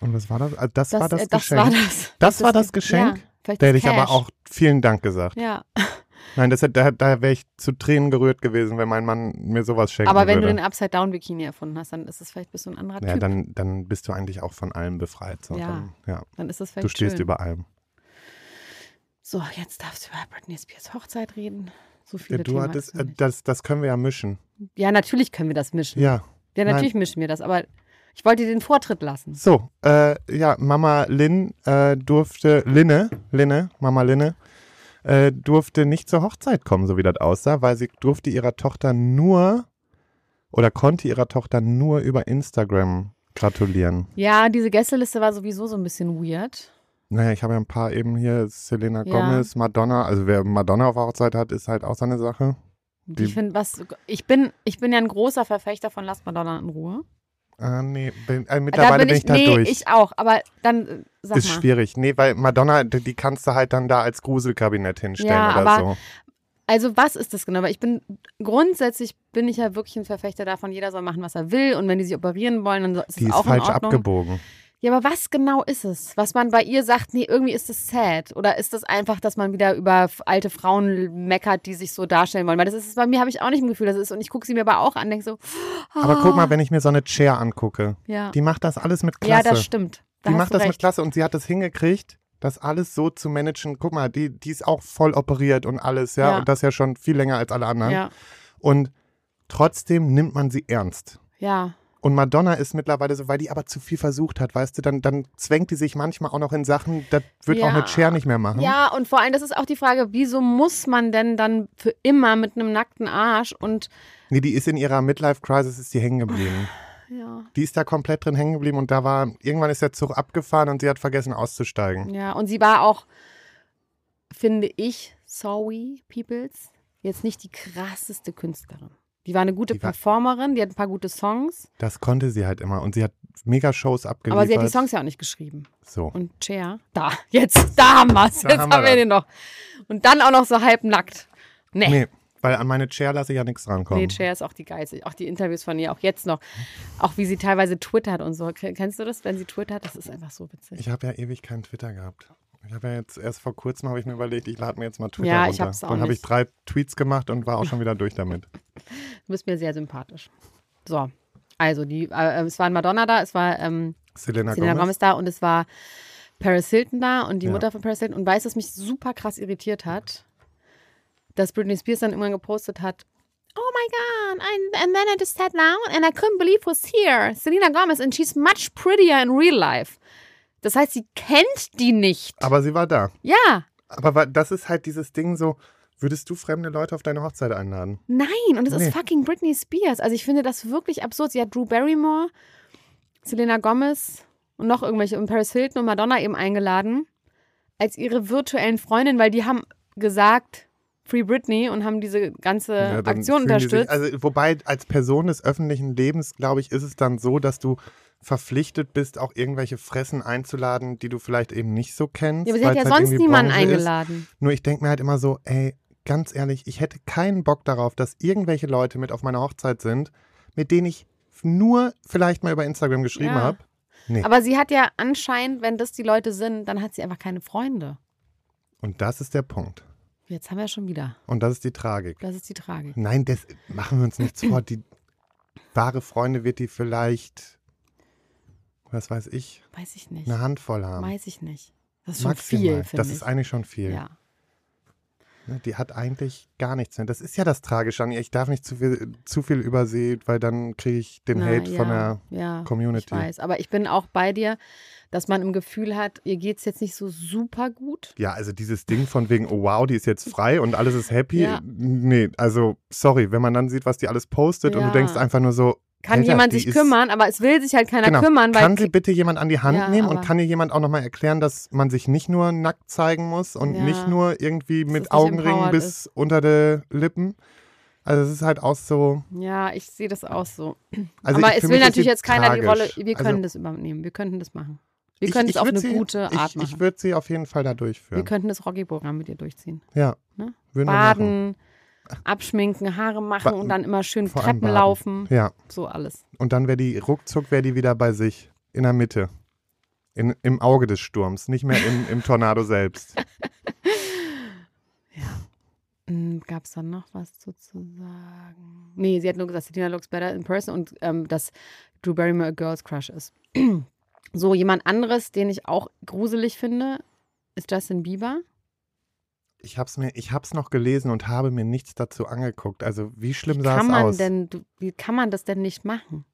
[SPEAKER 2] Und was war das? Also das, war das
[SPEAKER 1] äh,
[SPEAKER 2] Geschenk.
[SPEAKER 1] war das.
[SPEAKER 2] Das war das Geschenk?
[SPEAKER 1] Ja, vielleicht
[SPEAKER 2] da
[SPEAKER 1] das
[SPEAKER 2] hätte ich aber
[SPEAKER 1] Cash.
[SPEAKER 2] auch vielen Dank gesagt.
[SPEAKER 1] Ja,
[SPEAKER 2] Nein, das, hätte- da, da wäre ich zu Tränen gerührt gewesen, wenn mein Mann mir sowas schenken
[SPEAKER 1] aber wenn
[SPEAKER 2] würde.
[SPEAKER 1] du den Upside-Down-Bikini erfunden hast, dann ist es vielleicht bist du ein anderer
[SPEAKER 2] ja,
[SPEAKER 1] Typ.
[SPEAKER 2] dann, dann bist du eigentlich auch von allem befreit. So.
[SPEAKER 1] Ja.
[SPEAKER 2] Dann, ja.
[SPEAKER 1] Dann ist es vielleicht
[SPEAKER 2] Du stehst
[SPEAKER 1] schön.
[SPEAKER 2] über allem.
[SPEAKER 1] So, jetzt darfst du über Britney Spears Hochzeit reden. So
[SPEAKER 2] Ja,
[SPEAKER 1] viele
[SPEAKER 2] du
[SPEAKER 1] Themen
[SPEAKER 2] hattest,
[SPEAKER 1] hattest du
[SPEAKER 2] äh,
[SPEAKER 1] nicht.
[SPEAKER 2] das, das können wir ja mischen.
[SPEAKER 1] Ja, natürlich können wir das mischen. Ja,
[SPEAKER 2] Ja.
[SPEAKER 1] natürlich mischen wir das, aber ich wollte dir den Vortritt lassen.
[SPEAKER 2] So, äh, ja, Mama Lin äh, durfte, Linne, Linne, Mama Linne, äh, durfte nicht zur Hochzeit kommen, so wie das aussah, weil sie durfte ihrer Tochter nur oder konnte ihrer Tochter nur über Instagram gratulieren.
[SPEAKER 1] Ja, diese Gästeliste war sowieso so ein bisschen weird.
[SPEAKER 2] Naja, ich habe ja ein paar eben hier, Selena
[SPEAKER 1] Ja.
[SPEAKER 2] Gomez, Madonna, also wer Madonna auf Hochzeit hat, ist halt auch seine Sache.
[SPEAKER 1] Und
[SPEAKER 2] Die-
[SPEAKER 1] Ich finde, was ich bin, ich bin ja ein großer Verfechter von Lasst Madonna in Ruhe.
[SPEAKER 2] Ah, nee, bin, äh, mittlerweile bin ich, da
[SPEAKER 1] nee,
[SPEAKER 2] durch.
[SPEAKER 1] ich auch. Aber dann äh, sag
[SPEAKER 2] ist
[SPEAKER 1] mal,
[SPEAKER 2] schwierig. Nee, weil Madonna, die, die kannst du halt dann da als Gruselkabinett hinstellen
[SPEAKER 1] Ja,
[SPEAKER 2] oder
[SPEAKER 1] aber-
[SPEAKER 2] so.
[SPEAKER 1] also was ist das genau? Weil ich bin grundsätzlich bin ich ja wirklich ein Verfechter davon, jeder soll machen, was er will und wenn die sich operieren wollen, dann so- ist
[SPEAKER 2] Die
[SPEAKER 1] das
[SPEAKER 2] ist
[SPEAKER 1] auch
[SPEAKER 2] falsch
[SPEAKER 1] in Ordnung.
[SPEAKER 2] abgebogen.
[SPEAKER 1] Ja, aber was genau ist es? Was man bei ihr sagt, nee, irgendwie ist es sad. Oder ist das einfach, dass man wieder über f- alte Frauen meckert, die sich so darstellen wollen? Weil das ist, bei mir habe ich auch nicht im Gefühl, das ist. Und ich gucke sie mir aber auch an, denke so.
[SPEAKER 2] Aber
[SPEAKER 1] ah,
[SPEAKER 2] guck mal, wenn ich mir so eine Chair angucke,
[SPEAKER 1] Ja,
[SPEAKER 2] die macht das alles mit
[SPEAKER 1] ja
[SPEAKER 2] Klasse.
[SPEAKER 1] das stimmt. Da
[SPEAKER 2] die
[SPEAKER 1] hast
[SPEAKER 2] macht
[SPEAKER 1] du
[SPEAKER 2] das mit
[SPEAKER 1] recht.
[SPEAKER 2] Klasse und sie hat das hingekriegt, das alles so zu managen. Guck mal, die, die ist auch voll operiert und alles, ja,
[SPEAKER 1] Ja.
[SPEAKER 2] und das ja schon viel länger als alle anderen.
[SPEAKER 1] Ja,
[SPEAKER 2] Und trotzdem nimmt man sie ernst.
[SPEAKER 1] ja.
[SPEAKER 2] Und Madonna ist mittlerweile so, weil die aber zu viel versucht hat, weißt du, dann, dann zwängt die sich manchmal auch noch in Sachen, das wird auch
[SPEAKER 1] Ja.
[SPEAKER 2] eine Chair nicht mehr machen.
[SPEAKER 1] Ja, und vor allem, das ist auch die Frage, wieso muss man denn dann für immer mit einem nackten Arsch und
[SPEAKER 2] Nee, die ist in ihrer Midlife-Crisis, ist die hängen geblieben.
[SPEAKER 1] Ah. ja,
[SPEAKER 2] Die ist da komplett drin hängen geblieben und da war, irgendwann ist der Zug abgefahren und sie hat vergessen auszusteigen.
[SPEAKER 1] ja. Und sie war auch, finde ich, sorry, Peoples, jetzt nicht die krasseste Künstlerin. Die war eine gute
[SPEAKER 2] Die war-
[SPEAKER 1] Performerin, die hat ein paar gute Songs,
[SPEAKER 2] Das konnte sie halt immer und sie hat mega Shows abgeliefert.
[SPEAKER 1] aber sie hat die Songs ja auch nicht geschrieben.
[SPEAKER 2] So.
[SPEAKER 1] Und Cher, da, jetzt, da haben wir's,
[SPEAKER 2] Da
[SPEAKER 1] jetzt
[SPEAKER 2] haben
[SPEAKER 1] haben
[SPEAKER 2] wir
[SPEAKER 1] wir, den noch. Und dann auch noch so halbnackt. Nee.
[SPEAKER 2] Nee, weil an meine Chair lasse ich ja nichts rankommen.
[SPEAKER 1] Nee, Cher ist auch die Geilste. Auch die Interviews von ihr, auch jetzt noch. Auch wie sie teilweise twittert und so. K- Kennst du das, wenn sie twittert? Das ist einfach so witzig.
[SPEAKER 2] Ich habe ja ewig keinen Twitter gehabt. Ich habe ja jetzt erst vor kurzem habe ich mir überlegt, ich lade mir jetzt mal Twitter
[SPEAKER 1] Ja,
[SPEAKER 2] runter.
[SPEAKER 1] ich hab's auch
[SPEAKER 2] Dann habe ich
[SPEAKER 1] nicht.
[SPEAKER 2] drei Tweets gemacht und war auch schon wieder durch damit.
[SPEAKER 1] Du bist mir sehr sympathisch. So, also, die, äh, es war Madonna da, es war ähm,
[SPEAKER 2] Selena,
[SPEAKER 1] Selena
[SPEAKER 2] Gomez.
[SPEAKER 1] Gomez da und es war Paris Hilton da und die
[SPEAKER 2] Ja.
[SPEAKER 1] Mutter von Paris Hilton. Und weißt du, was mich super krass irritiert hat? Dass Britney Spears dann irgendwann gepostet hat, Oh my God, I, and then I just sat down and I couldn't believe who's here. Selena Gomez and she's much prettier in real life. Das heißt, sie kennt die nicht.
[SPEAKER 2] Aber sie war da.
[SPEAKER 1] Ja,
[SPEAKER 2] Aber wa- das ist halt dieses Ding so, würdest du fremde Leute auf deine Hochzeit einladen?
[SPEAKER 1] nein, und es
[SPEAKER 2] Nee.
[SPEAKER 1] ist fucking Britney Spears. Also ich finde das wirklich absurd. Sie hat Drew Barrymore, Selena Gomez und noch irgendwelche und Paris Hilton und Madonna eben eingeladen als ihre virtuellen Freundinnen, weil die haben gesagt Free Britney und haben diese ganze
[SPEAKER 2] Ja, dann
[SPEAKER 1] Äh, Aktion
[SPEAKER 2] fühlen die
[SPEAKER 1] unterstützt.
[SPEAKER 2] Sich, also, wobei als Person des öffentlichen Lebens, glaube ich, ist es dann so, dass du verpflichtet bist, auch irgendwelche Fressen einzuladen, die du vielleicht eben nicht so kennst.
[SPEAKER 1] ja, aber sie hat
[SPEAKER 2] weil's
[SPEAKER 1] ja
[SPEAKER 2] halt
[SPEAKER 1] sonst
[SPEAKER 2] irgendwie
[SPEAKER 1] niemanden
[SPEAKER 2] Branche ist.
[SPEAKER 1] eingeladen.
[SPEAKER 2] Nur ich denke mir halt immer so, ey, ganz ehrlich, ich hätte keinen Bock darauf, dass irgendwelche Leute mit auf meiner Hochzeit sind, mit denen ich f- nur vielleicht mal über Instagram geschrieben
[SPEAKER 1] Ja.
[SPEAKER 2] habe. Nee.
[SPEAKER 1] Aber sie hat ja anscheinend, wenn das die Leute sind, dann hat sie einfach keine Freunde.
[SPEAKER 2] Und das ist der Punkt.
[SPEAKER 1] Jetzt haben wir schon wieder.
[SPEAKER 2] Und das ist die Tragik.
[SPEAKER 1] Das ist die Tragik.
[SPEAKER 2] Nein, das machen wir uns nichts vor. Die wahre Freunde wird die vielleicht, was weiß ich,
[SPEAKER 1] Weiß ich nicht.
[SPEAKER 2] eine Handvoll haben.
[SPEAKER 1] Weiß ich nicht. Das ist schon viel, finde
[SPEAKER 2] das
[SPEAKER 1] ich.
[SPEAKER 2] ist eigentlich schon viel.
[SPEAKER 1] ja.
[SPEAKER 2] Ne, Die hat eigentlich gar nichts mehr. Das ist ja das Tragische an ihr. Ich darf nicht zu viel, zu viel übersehen, weil dann kriege ich den
[SPEAKER 1] Na,
[SPEAKER 2] Hate
[SPEAKER 1] ja,
[SPEAKER 2] von der
[SPEAKER 1] ja,
[SPEAKER 2] Community.
[SPEAKER 1] Ich weiß, aber ich bin auch bei dir, dass man im Gefühl hat, ihr geht es jetzt nicht so super gut.
[SPEAKER 2] Ja, also dieses Ding von wegen, oh wow, die ist jetzt frei und alles ist happy.
[SPEAKER 1] Ja.
[SPEAKER 2] Nee, also sorry, wenn man dann sieht, was die alles postet und du
[SPEAKER 1] Ja.
[SPEAKER 2] denkst einfach nur so,
[SPEAKER 1] Kann
[SPEAKER 2] Alter,
[SPEAKER 1] jemand
[SPEAKER 2] die
[SPEAKER 1] sich
[SPEAKER 2] ist-
[SPEAKER 1] kümmern, aber es will sich halt keiner
[SPEAKER 2] genau,
[SPEAKER 1] kümmern, weil
[SPEAKER 2] kann sie bitte jemand an die Hand
[SPEAKER 1] Ja,
[SPEAKER 2] nehmen und
[SPEAKER 1] aber-
[SPEAKER 2] kann dir jemand auch nochmal erklären, dass man sich nicht nur nackt zeigen muss und
[SPEAKER 1] Ja.
[SPEAKER 2] nicht nur irgendwie
[SPEAKER 1] Dass es
[SPEAKER 2] mit
[SPEAKER 1] nicht
[SPEAKER 2] Augenringen
[SPEAKER 1] empowered
[SPEAKER 2] bis unter die Lippen. Also es ist halt auch so.
[SPEAKER 1] Ja, ich sehe das auch so.
[SPEAKER 2] Also
[SPEAKER 1] Aber
[SPEAKER 2] ich,
[SPEAKER 1] es
[SPEAKER 2] für
[SPEAKER 1] will
[SPEAKER 2] mich ist
[SPEAKER 1] natürlich
[SPEAKER 2] sie
[SPEAKER 1] jetzt keiner die Rolle.
[SPEAKER 2] tragisch.
[SPEAKER 1] Wir
[SPEAKER 2] Also
[SPEAKER 1] können das übernehmen. Wir könnten das machen. Wir
[SPEAKER 2] ich-
[SPEAKER 1] können
[SPEAKER 2] ich
[SPEAKER 1] es auf
[SPEAKER 2] würd
[SPEAKER 1] eine
[SPEAKER 2] sie,
[SPEAKER 1] gute
[SPEAKER 2] ich,
[SPEAKER 1] Art machen.
[SPEAKER 2] Ich würde sie auf jeden Fall da
[SPEAKER 1] wir
[SPEAKER 2] durchführen.
[SPEAKER 1] könnten das Rocky-Programm mit dir durchziehen.
[SPEAKER 2] ja.
[SPEAKER 1] ne?
[SPEAKER 2] Würden Wir machen.
[SPEAKER 1] Baden, abschminken, Haare machen
[SPEAKER 2] Ba-
[SPEAKER 1] und dann immer schön
[SPEAKER 2] vor
[SPEAKER 1] Treppen
[SPEAKER 2] allem baden.
[SPEAKER 1] laufen.
[SPEAKER 2] Ja.
[SPEAKER 1] So alles.
[SPEAKER 2] Und dann wäre die, ruckzuck wäre die wieder bei sich. In der Mitte. In, Im Auge des Sturms, nicht mehr im, im Tornado selbst.
[SPEAKER 1] Gab es dann Hm, noch was zu, zu sagen? Nee, sie hat nur gesagt, Tina looks better in person und ähm, dass Drew Barrymore a girl's crush ist. so, jemand anderes, den ich auch gruselig finde, ist Justin Bieber.
[SPEAKER 2] Ich hab's mir, ich hab's noch gelesen und habe mir nichts dazu angeguckt. Also wie schlimm sah
[SPEAKER 1] Kann
[SPEAKER 2] es
[SPEAKER 1] man
[SPEAKER 2] aus?
[SPEAKER 1] denn, du, wie kann man das denn nicht machen?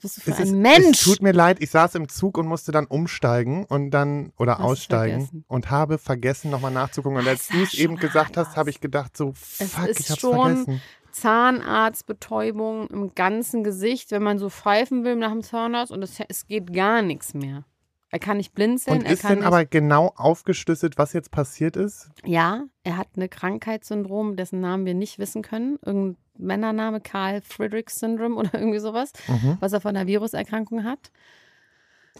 [SPEAKER 1] Was bist du für
[SPEAKER 2] es
[SPEAKER 1] ein
[SPEAKER 2] ist, Es
[SPEAKER 1] Mensch?
[SPEAKER 2] tut mir leid, ich saß im Zug und musste dann umsteigen und dann oder
[SPEAKER 1] Hast es
[SPEAKER 2] aussteigen
[SPEAKER 1] vergessen.
[SPEAKER 2] und habe vergessen, nochmal nachzugucken. Und
[SPEAKER 1] Ah,
[SPEAKER 2] als
[SPEAKER 1] es sah
[SPEAKER 2] du es eben
[SPEAKER 1] schon
[SPEAKER 2] gesagt hast,
[SPEAKER 1] anders.
[SPEAKER 2] habe ich gedacht, so, fuck,
[SPEAKER 1] ist
[SPEAKER 2] ich hab's
[SPEAKER 1] schon-
[SPEAKER 2] vergessen.
[SPEAKER 1] Zahnarztbetäubung im ganzen Gesicht, wenn man so pfeifen will nach dem Zahnarzt und es, es geht gar nichts mehr. Er kann nicht blinzeln,
[SPEAKER 2] Und
[SPEAKER 1] er
[SPEAKER 2] ist
[SPEAKER 1] kann
[SPEAKER 2] denn
[SPEAKER 1] nicht,
[SPEAKER 2] aber genau aufgeschlüsselt, was jetzt passiert ist?
[SPEAKER 1] Ja, er hat eine Krankheitssyndrom, dessen Namen wir nicht wissen können. Irgendein Männername, Karl Friedrich Syndrome oder irgendwie sowas,
[SPEAKER 2] Mhm.
[SPEAKER 1] was er von einer Viruserkrankung hat.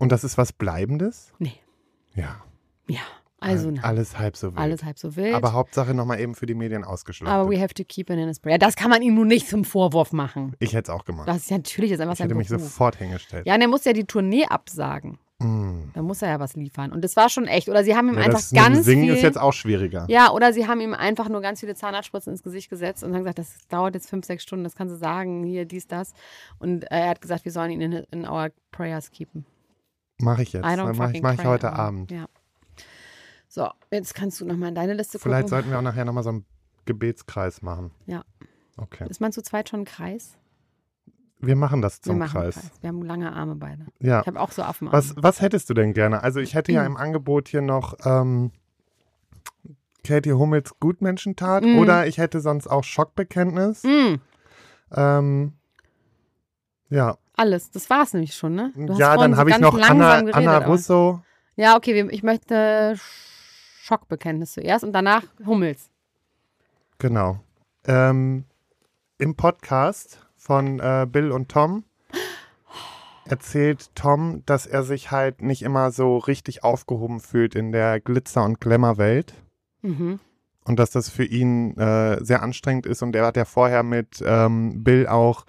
[SPEAKER 2] Und das ist was Bleibendes?
[SPEAKER 1] Nee.
[SPEAKER 2] Ja.
[SPEAKER 1] Ja, also
[SPEAKER 2] Al-
[SPEAKER 1] nein.
[SPEAKER 2] alles halb so wild.
[SPEAKER 1] Alles halb so wild.
[SPEAKER 2] aber Hauptsache nochmal eben für die Medien ausgeschlachtet.
[SPEAKER 1] Aber we have to keep it in his brain. Ja, das kann man ihm nun nicht zum Vorwurf machen.
[SPEAKER 2] ich hätte es auch gemacht.
[SPEAKER 1] Das ist ja natürlich jetzt einfach
[SPEAKER 2] Ich
[SPEAKER 1] sein
[SPEAKER 2] hätte mich
[SPEAKER 1] Beruf.
[SPEAKER 2] sofort hingestellt.
[SPEAKER 1] Ja, und er muss ja die Tournee absagen.
[SPEAKER 2] Mm.
[SPEAKER 1] Da muss er ja was liefern. Und das war schon echt. Oder sie haben ihm
[SPEAKER 2] Ja,
[SPEAKER 1] einfach
[SPEAKER 2] das mit dem
[SPEAKER 1] ganz
[SPEAKER 2] Singen
[SPEAKER 1] viel,
[SPEAKER 2] ist jetzt auch schwieriger.
[SPEAKER 1] Ja, oder sie haben ihm einfach nur ganz viele Zahnarztspritzen ins Gesicht gesetzt und haben gesagt, das dauert jetzt fünf, sechs Stunden, das kannst du sagen, hier, dies, das. Und äh, er hat gesagt, wir sollen ihn in, in our prayers keepen.
[SPEAKER 2] Mache ich jetzt.
[SPEAKER 1] I don't
[SPEAKER 2] Mache ich,
[SPEAKER 1] fucking
[SPEAKER 2] mach ich
[SPEAKER 1] care.
[SPEAKER 2] heute Abend.
[SPEAKER 1] Ja. So, jetzt kannst du nochmal in deine Liste
[SPEAKER 2] Vielleicht
[SPEAKER 1] gucken.
[SPEAKER 2] sollten wir auch nachher nochmal so einen Gebetskreis machen.
[SPEAKER 1] Ja.
[SPEAKER 2] Okay.
[SPEAKER 1] Ist man zu zweit schon ein Kreis?
[SPEAKER 2] Wir machen das
[SPEAKER 1] Wir
[SPEAKER 2] zum
[SPEAKER 1] machen einen
[SPEAKER 2] Kreis.
[SPEAKER 1] Kreis. Wir haben lange Arme beide.
[SPEAKER 2] Ja.
[SPEAKER 1] Ich habe auch so Affenarme.
[SPEAKER 2] Was, was hättest du denn gerne? Also ich hätte ja
[SPEAKER 1] Hm.
[SPEAKER 2] im Angebot hier noch ähm, Katie Hummels Gutmenschentat
[SPEAKER 1] Mm.
[SPEAKER 2] oder ich hätte sonst auch Schockbekenntnis.
[SPEAKER 1] Mm,
[SPEAKER 2] Ähm, ja,
[SPEAKER 1] alles, das war's nämlich schon, ne? Du hast
[SPEAKER 2] ja
[SPEAKER 1] vorhin
[SPEAKER 2] dann
[SPEAKER 1] so
[SPEAKER 2] habe ich
[SPEAKER 1] ganz
[SPEAKER 2] noch
[SPEAKER 1] langsam
[SPEAKER 2] Anna,
[SPEAKER 1] geredet,
[SPEAKER 2] Anna
[SPEAKER 1] aber-
[SPEAKER 2] Russo.
[SPEAKER 1] Ja, okay, wir, ich möchte Schockbekenntnis zuerst und danach Hummels.
[SPEAKER 2] Genau. Ähm, Im Podcast von äh, Bill und Tom erzählt Tom, dass er sich halt nicht immer so richtig aufgehoben fühlt in der Glitzer- und Glamour-Welt
[SPEAKER 1] Mhm.
[SPEAKER 2] und dass das für ihn äh, sehr anstrengend ist. Und er hat ja vorher mit ähm, Bill auch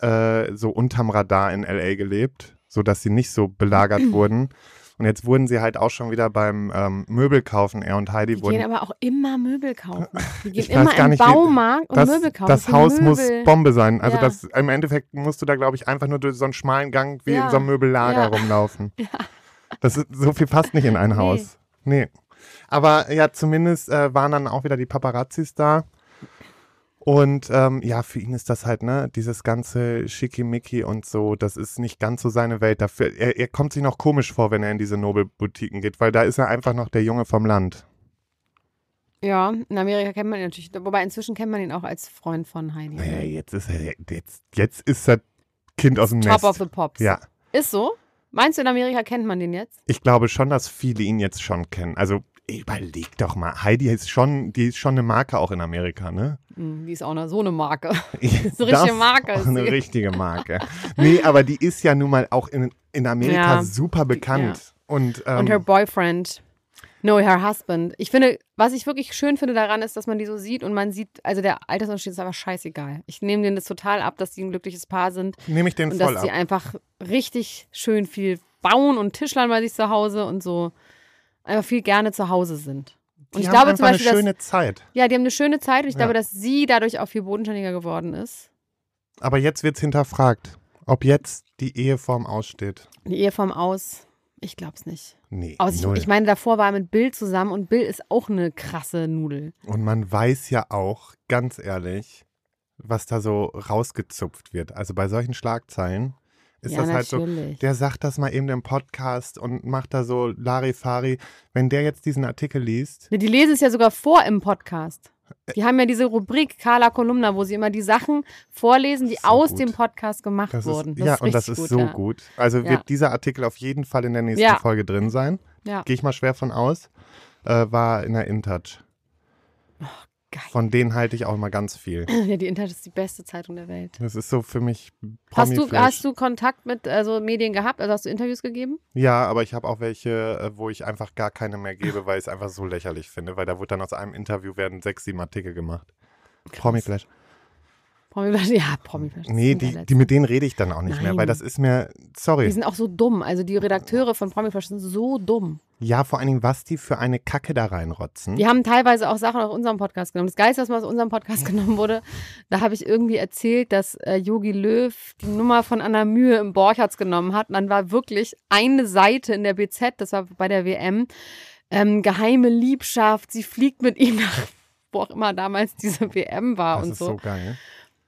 [SPEAKER 2] äh, so unterm Radar in LA gelebt, sodass sie nicht so belagert wurden. Und jetzt wurden sie halt auch schon wieder beim ähm, Möbelkaufen, er und Heidi
[SPEAKER 1] Die
[SPEAKER 2] wurden
[SPEAKER 1] gehen aber auch immer Möbel kaufen. Die gehen
[SPEAKER 2] Ich weiß
[SPEAKER 1] immer
[SPEAKER 2] gar
[SPEAKER 1] im
[SPEAKER 2] nicht, wie-
[SPEAKER 1] Baumarkt und
[SPEAKER 2] das,
[SPEAKER 1] Möbel kaufen.
[SPEAKER 2] das
[SPEAKER 1] Oh, sind
[SPEAKER 2] Haus muss
[SPEAKER 1] Möbel.
[SPEAKER 2] Bombe sein. Also
[SPEAKER 1] Ja.
[SPEAKER 2] das, im Endeffekt musst du da, glaube ich, einfach nur durch so einen schmalen Gang wie
[SPEAKER 1] Ja.
[SPEAKER 2] in so einem Möbellager
[SPEAKER 1] Ja.
[SPEAKER 2] rumlaufen. Das ist, so viel passt nicht in ein Haus. Nee. Aber ja, zumindest äh, waren dann auch wieder die Paparazzis da. Und ähm, ja, für ihn ist das halt, ne, dieses ganze Schickimicki und so, das ist nicht ganz so seine Welt. Dafür, er, er kommt sich noch komisch vor, wenn er in diese Nobelboutiquen geht, weil da ist er einfach noch der Junge vom Land.
[SPEAKER 1] Ja, in Amerika kennt man ihn natürlich. Wobei inzwischen kennt man ihn auch als Freund von Heidi.
[SPEAKER 2] Naja, jetzt ist er, jetzt, jetzt ist er Kind aus dem
[SPEAKER 1] Top
[SPEAKER 2] Nest.
[SPEAKER 1] of the Pops.
[SPEAKER 2] Ja,
[SPEAKER 1] Ist so? Meinst du, in Amerika kennt man den jetzt?
[SPEAKER 2] ich glaube schon, dass viele ihn jetzt schon kennen. Also überleg doch mal, Heidi ist schon, die ist schon eine Marke auch in Amerika, ne?
[SPEAKER 1] Hm, die ist auch eine, so eine Marke.
[SPEAKER 2] So
[SPEAKER 1] richtige Marke ist
[SPEAKER 2] Eine
[SPEAKER 1] sie.
[SPEAKER 2] richtige Marke. nee, aber die ist ja nun mal auch in, in Amerika
[SPEAKER 1] Ja.
[SPEAKER 2] super bekannt. Und, ähm,
[SPEAKER 1] Und her Boyfriend. No, her Husband. Ich finde, was ich wirklich schön finde daran ist, dass man die so sieht und man sieht, also der Altersunterschied ist einfach scheißegal. Ich nehme denen das total ab, dass die ein glückliches Paar sind.
[SPEAKER 2] nehme ich den
[SPEAKER 1] Und
[SPEAKER 2] voll
[SPEAKER 1] dass sie
[SPEAKER 2] ab.
[SPEAKER 1] einfach richtig schön viel bauen und Tischlern bei sich zu Hause und so einfach viel gerne zu Hause sind. Und
[SPEAKER 2] Die
[SPEAKER 1] ich
[SPEAKER 2] haben
[SPEAKER 1] glaube
[SPEAKER 2] einfach
[SPEAKER 1] zum Beispiel,
[SPEAKER 2] eine
[SPEAKER 1] dass,
[SPEAKER 2] schöne Zeit.
[SPEAKER 1] ja, die haben eine schöne Zeit und ich
[SPEAKER 2] Ja.
[SPEAKER 1] glaube, dass sie dadurch auch viel bodenständiger geworden ist.
[SPEAKER 2] Aber jetzt wird es hinterfragt, ob jetzt die Eheform aussteht.
[SPEAKER 1] Die Eheform aus, ich glaube es nicht.
[SPEAKER 2] Nee,
[SPEAKER 1] Aus, ich,
[SPEAKER 2] null.
[SPEAKER 1] ich meine, davor war er mit Bill zusammen und Bill ist auch eine krasse Nudel.
[SPEAKER 2] Und man weiß ja auch, ganz ehrlich, was da so rausgezupft wird. Also bei solchen Schlagzeilen ist
[SPEAKER 1] ja,
[SPEAKER 2] das halt so,
[SPEAKER 1] natürlich.
[SPEAKER 2] der sagt das mal eben im Podcast und macht da so Larifari. Wenn der jetzt diesen Artikel liest,
[SPEAKER 1] Ne, Die lesen es ja sogar vor im Podcast. Die haben ja diese Rubrik Carla Kolumna, wo sie immer die Sachen vorlesen, die
[SPEAKER 2] So
[SPEAKER 1] aus
[SPEAKER 2] gut.
[SPEAKER 1] dem Podcast gemacht
[SPEAKER 2] das ist,
[SPEAKER 1] wurden.
[SPEAKER 2] ja, und das ist
[SPEAKER 1] richtig
[SPEAKER 2] so
[SPEAKER 1] ja.
[SPEAKER 2] gut. Also
[SPEAKER 1] Ja.
[SPEAKER 2] wird dieser Artikel auf jeden Fall in der nächsten
[SPEAKER 1] Ja.
[SPEAKER 2] Folge drin sein.
[SPEAKER 1] Ja. Oh,
[SPEAKER 2] Gehe ich mal schwer von aus. Äh, war in der InTouch. Von denen halte ich auch immer ganz viel.
[SPEAKER 1] Ja, die Internet ist die beste Zeitung der Welt.
[SPEAKER 2] Das ist so für mich
[SPEAKER 1] Hast du,
[SPEAKER 2] Promiflash.
[SPEAKER 1] hast du Kontakt mit also Medien gehabt? Also hast du Interviews gegeben?
[SPEAKER 2] Ja, aber ich habe auch welche, äh, wo ich einfach gar keine mehr gebe, weil ich es einfach so lächerlich finde, weil da wurde dann aus einem Interview werden sechs, sieben Artikel gemacht. Promiflash.
[SPEAKER 1] Promiflash? Ja, Promiflash. das
[SPEAKER 2] Nee,
[SPEAKER 1] sind
[SPEAKER 2] die,
[SPEAKER 1] der
[SPEAKER 2] die, mit denen rede ich dann auch nicht mehr,
[SPEAKER 1] Nein.
[SPEAKER 2] weil das ist mir, sorry.
[SPEAKER 1] Die sind auch so dumm. Also die Redakteure von Promiflash sind so dumm.
[SPEAKER 2] Ja, vor allen Dingen, was die für eine Kacke da reinrotzen.
[SPEAKER 1] Die haben teilweise auch Sachen aus unserem Podcast genommen. Das Geilste, was mal aus unserem Podcast genommen wurde, da habe ich irgendwie erzählt, dass äh, Yogi Löw die Nummer von Anna Mühe im Borchards genommen hat. Und dann war wirklich eine Seite in der BZ, das war bei der WM, ähm, geheime Liebschaft, sie fliegt mit ihm nach, wo auch immer damals diese WM war
[SPEAKER 2] das
[SPEAKER 1] und
[SPEAKER 2] ist
[SPEAKER 1] so.
[SPEAKER 2] so geil.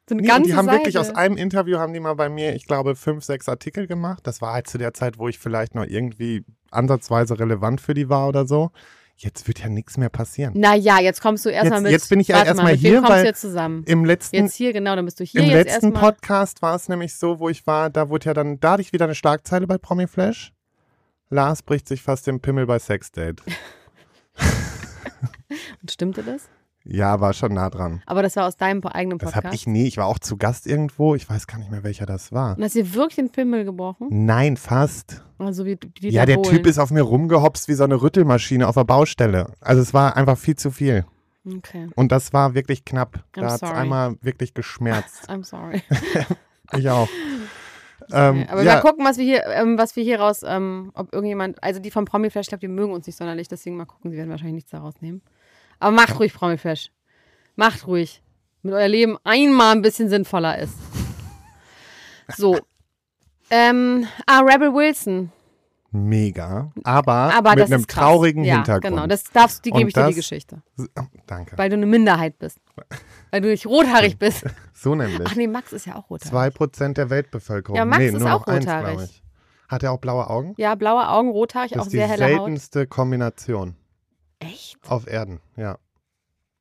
[SPEAKER 1] so eine
[SPEAKER 2] Nee, und
[SPEAKER 1] ganze
[SPEAKER 2] die haben
[SPEAKER 1] Seite.
[SPEAKER 2] wirklich aus einem Interview haben die mal bei mir, ich glaube, fünf, sechs Artikel gemacht. Das war halt zu der Zeit, wo ich vielleicht noch irgendwie ansatzweise relevant für die war oder so. Jetzt wird ja nichts mehr passieren.
[SPEAKER 1] naja, jetzt kommst du erstmal
[SPEAKER 2] Jetzt-
[SPEAKER 1] mit.
[SPEAKER 2] jetzt bin ich ja
[SPEAKER 1] warte
[SPEAKER 2] erst
[SPEAKER 1] mal,
[SPEAKER 2] mal
[SPEAKER 1] mit
[SPEAKER 2] hier,
[SPEAKER 1] Wem kommst
[SPEAKER 2] weil-
[SPEAKER 1] du jetzt zusammen?
[SPEAKER 2] Im letzten,
[SPEAKER 1] Jetzt hier, genau, dann bist du hier
[SPEAKER 2] im
[SPEAKER 1] jetzt
[SPEAKER 2] letzten
[SPEAKER 1] erstmal.
[SPEAKER 2] Podcast war es nämlich so, wo ich war, da wurde ja dann, da hatte ich wieder eine Schlagzeile bei Promiflash. Lars bricht sich fast den Pimmel bei Sexdate.
[SPEAKER 1] Und Stimmte das?
[SPEAKER 2] Ja, war schon nah dran.
[SPEAKER 1] Aber das war aus deinem eigenen
[SPEAKER 2] Das
[SPEAKER 1] Podcast.
[SPEAKER 2] habe ich nie. Ich war auch zu Gast irgendwo. Ich weiß gar nicht mehr, welcher das war.
[SPEAKER 1] Und hast dir wirklich den Pimmel gebrochen?
[SPEAKER 2] Nein, fast.
[SPEAKER 1] Also wie Dieter
[SPEAKER 2] Ja, der
[SPEAKER 1] Bohlen.
[SPEAKER 2] Typ ist auf mir rumgehopst wie so eine Rüttelmaschine auf der Baustelle. Also es war einfach viel zu viel.
[SPEAKER 1] Okay,
[SPEAKER 2] Und das war wirklich knapp.
[SPEAKER 1] I'm
[SPEAKER 2] Da hat es
[SPEAKER 1] sorry.
[SPEAKER 2] einmal wirklich geschmerzt.
[SPEAKER 1] I'm sorry.
[SPEAKER 2] ich auch. Ähm,
[SPEAKER 1] Aber
[SPEAKER 2] ja,
[SPEAKER 1] mal gucken, was wir hier, ähm, was wir hier raus, ähm, ob irgendjemand, also die von Promiflash, ich glaube, die mögen uns nicht sonderlich, deswegen mal gucken, sie werden wahrscheinlich nichts daraus nehmen. Aber macht ruhig Promiflash. Macht ruhig. Mit euer Leben einmal ein bisschen sinnvoller ist. So. Ähm, ah, Rebel Wilson.
[SPEAKER 2] mega. Aber,
[SPEAKER 1] Aber
[SPEAKER 2] Ah, mit
[SPEAKER 1] das
[SPEAKER 2] einem
[SPEAKER 1] ist krass.
[SPEAKER 2] traurigen
[SPEAKER 1] ja,
[SPEAKER 2] Hintergrund.
[SPEAKER 1] Genau, das darfst die gebe
[SPEAKER 2] Und
[SPEAKER 1] ich dir die
[SPEAKER 2] das-
[SPEAKER 1] Geschichte.
[SPEAKER 2] Danke.
[SPEAKER 1] Weil du eine Minderheit bist. Weil du nicht rothaarig bist.
[SPEAKER 2] So nämlich.
[SPEAKER 1] Ach nee, Max ist ja auch rothaarig.
[SPEAKER 2] Zwei Prozent der Weltbevölkerung.
[SPEAKER 1] Ja, Max
[SPEAKER 2] nee,
[SPEAKER 1] ist
[SPEAKER 2] nur
[SPEAKER 1] auch
[SPEAKER 2] noch eins,
[SPEAKER 1] rothaarig.
[SPEAKER 2] glaube ich. Hat er auch blaue Augen?
[SPEAKER 1] Ja, blaue Augen, rothaarig,
[SPEAKER 2] Das
[SPEAKER 1] auch
[SPEAKER 2] ist die
[SPEAKER 1] sehr helle Haut.
[SPEAKER 2] seltenste Kombination
[SPEAKER 1] Echt?
[SPEAKER 2] auf Erden. Ja.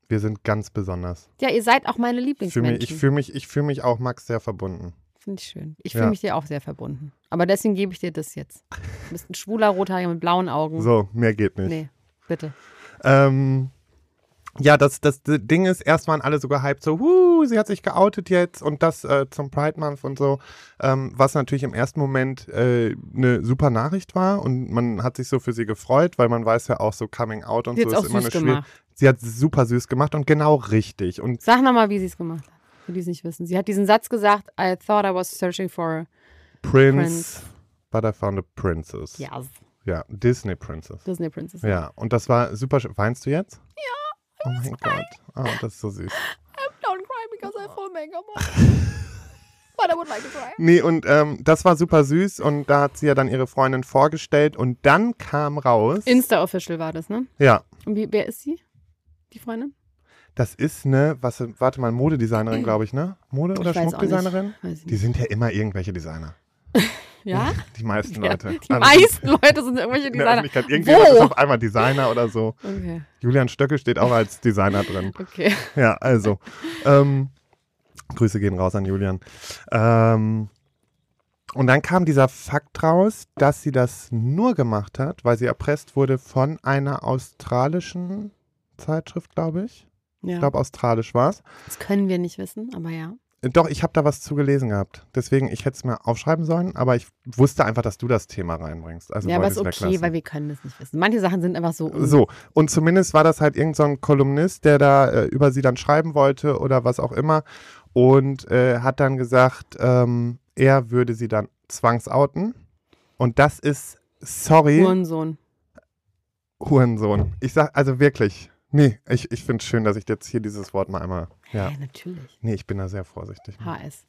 [SPEAKER 2] Wir sind ganz besonders.
[SPEAKER 1] Ja, ihr seid auch meine
[SPEAKER 2] Ich fühle mich,
[SPEAKER 1] Lieblingsmenschen.
[SPEAKER 2] ich fühl mich, ich fühl mich auch Max sehr verbunden.
[SPEAKER 1] Finde ich schön. Ich
[SPEAKER 2] Ja.
[SPEAKER 1] fühle mich dir auch sehr verbunden. Aber deswegen gebe ich dir das jetzt. Du bist ein schwuler Rothaariger mit blauen Augen.
[SPEAKER 2] So, mehr geht nicht.
[SPEAKER 1] Nee, bitte.
[SPEAKER 2] Ähm, ja, das, das Ding ist, erst waren alle so gehypt, so, huh, sie hat sich geoutet jetzt und das äh, zum Pride Month und so, ähm, was natürlich im ersten Moment äh, eine super Nachricht war und man hat sich so für sie gefreut, weil man weiß ja auch so Coming Out und
[SPEAKER 1] Sie
[SPEAKER 2] so
[SPEAKER 1] hat's
[SPEAKER 2] ist
[SPEAKER 1] auch
[SPEAKER 2] immer
[SPEAKER 1] süß
[SPEAKER 2] eine schwier-
[SPEAKER 1] gemacht.
[SPEAKER 2] Sie hat es super süß gemacht und genau richtig. Und
[SPEAKER 1] Sag nochmal, wie sie es gemacht hat. Für die es nicht wissen. Sie hat diesen Satz gesagt, I thought I was searching for
[SPEAKER 2] Prince, but I found a princess.
[SPEAKER 1] a yes,
[SPEAKER 2] Ja, Disney Princess.
[SPEAKER 1] Disney Princess.
[SPEAKER 2] Ja, und das war super. sch- Weinst du jetzt? Ja. Oh mein Gott. Oh, das ist so süß.
[SPEAKER 1] Don't cry because I full makeup on. But I would like to cry.
[SPEAKER 2] Nee, und ähm, das war super süß und da hat sie ja dann ihre Freundin vorgestellt und dann kam raus.
[SPEAKER 1] Insta-Official war das, ne?
[SPEAKER 2] ja,
[SPEAKER 1] Und wie, wer ist sie? Die Freundin?
[SPEAKER 2] das ist eine, was, warte mal, Modedesignerin, glaube ich, ne? Mode- oder
[SPEAKER 1] weiß auch nicht.
[SPEAKER 2] Schmuckdesignerin?
[SPEAKER 1] Weiß ich
[SPEAKER 2] Die sind ja immer irgendwelche Designer.
[SPEAKER 1] Ja?
[SPEAKER 2] Die meisten
[SPEAKER 1] Ja,
[SPEAKER 2] Leute.
[SPEAKER 1] Die
[SPEAKER 2] Also,
[SPEAKER 1] meisten Leute sind irgendwelche
[SPEAKER 2] In der
[SPEAKER 1] Designer.
[SPEAKER 2] Öffentlichkeit. Irgendjemand ist
[SPEAKER 1] Wo?
[SPEAKER 2] auf einmal Designer oder so.
[SPEAKER 1] Okay,
[SPEAKER 2] Julian Stöckel steht auch als Designer drin.
[SPEAKER 1] okay.
[SPEAKER 2] Ja, also. Ähm, Grüße gehen raus an Julian. Ähm, und dann kam dieser Fakt raus, dass sie das nur gemacht hat, weil sie erpresst wurde von einer australischen Zeitschrift, glaube ich. Ich
[SPEAKER 1] Ja.
[SPEAKER 2] glaube, australisch war es.
[SPEAKER 1] Das können wir nicht wissen, aber ja.
[SPEAKER 2] Doch, ich habe da was zu gelesen gehabt. Deswegen, ich hätte es mir aufschreiben sollen, aber ich wusste einfach, dass du das Thema reinbringst. Also
[SPEAKER 1] ja, aber
[SPEAKER 2] wollte
[SPEAKER 1] ist
[SPEAKER 2] ich's
[SPEAKER 1] okay,
[SPEAKER 2] weglassen.
[SPEAKER 1] weil wir können das nicht wissen. Manche Sachen sind einfach so. un-
[SPEAKER 2] So, und zumindest war das halt irgend so ein Kolumnist, der da äh, über sie dann schreiben wollte oder was auch immer und äh, hat dann gesagt, ähm, er würde sie dann zwangsouten und das ist, sorry,
[SPEAKER 1] Hurensohn.
[SPEAKER 2] Hurensohn. Ich sag, also wirklich, nee, ich, ich finde es schön, dass ich jetzt hier dieses Wort mal einmal,
[SPEAKER 1] Ja.
[SPEAKER 2] ja,
[SPEAKER 1] natürlich.
[SPEAKER 2] nee, ich bin da sehr vorsichtig.
[SPEAKER 1] HS.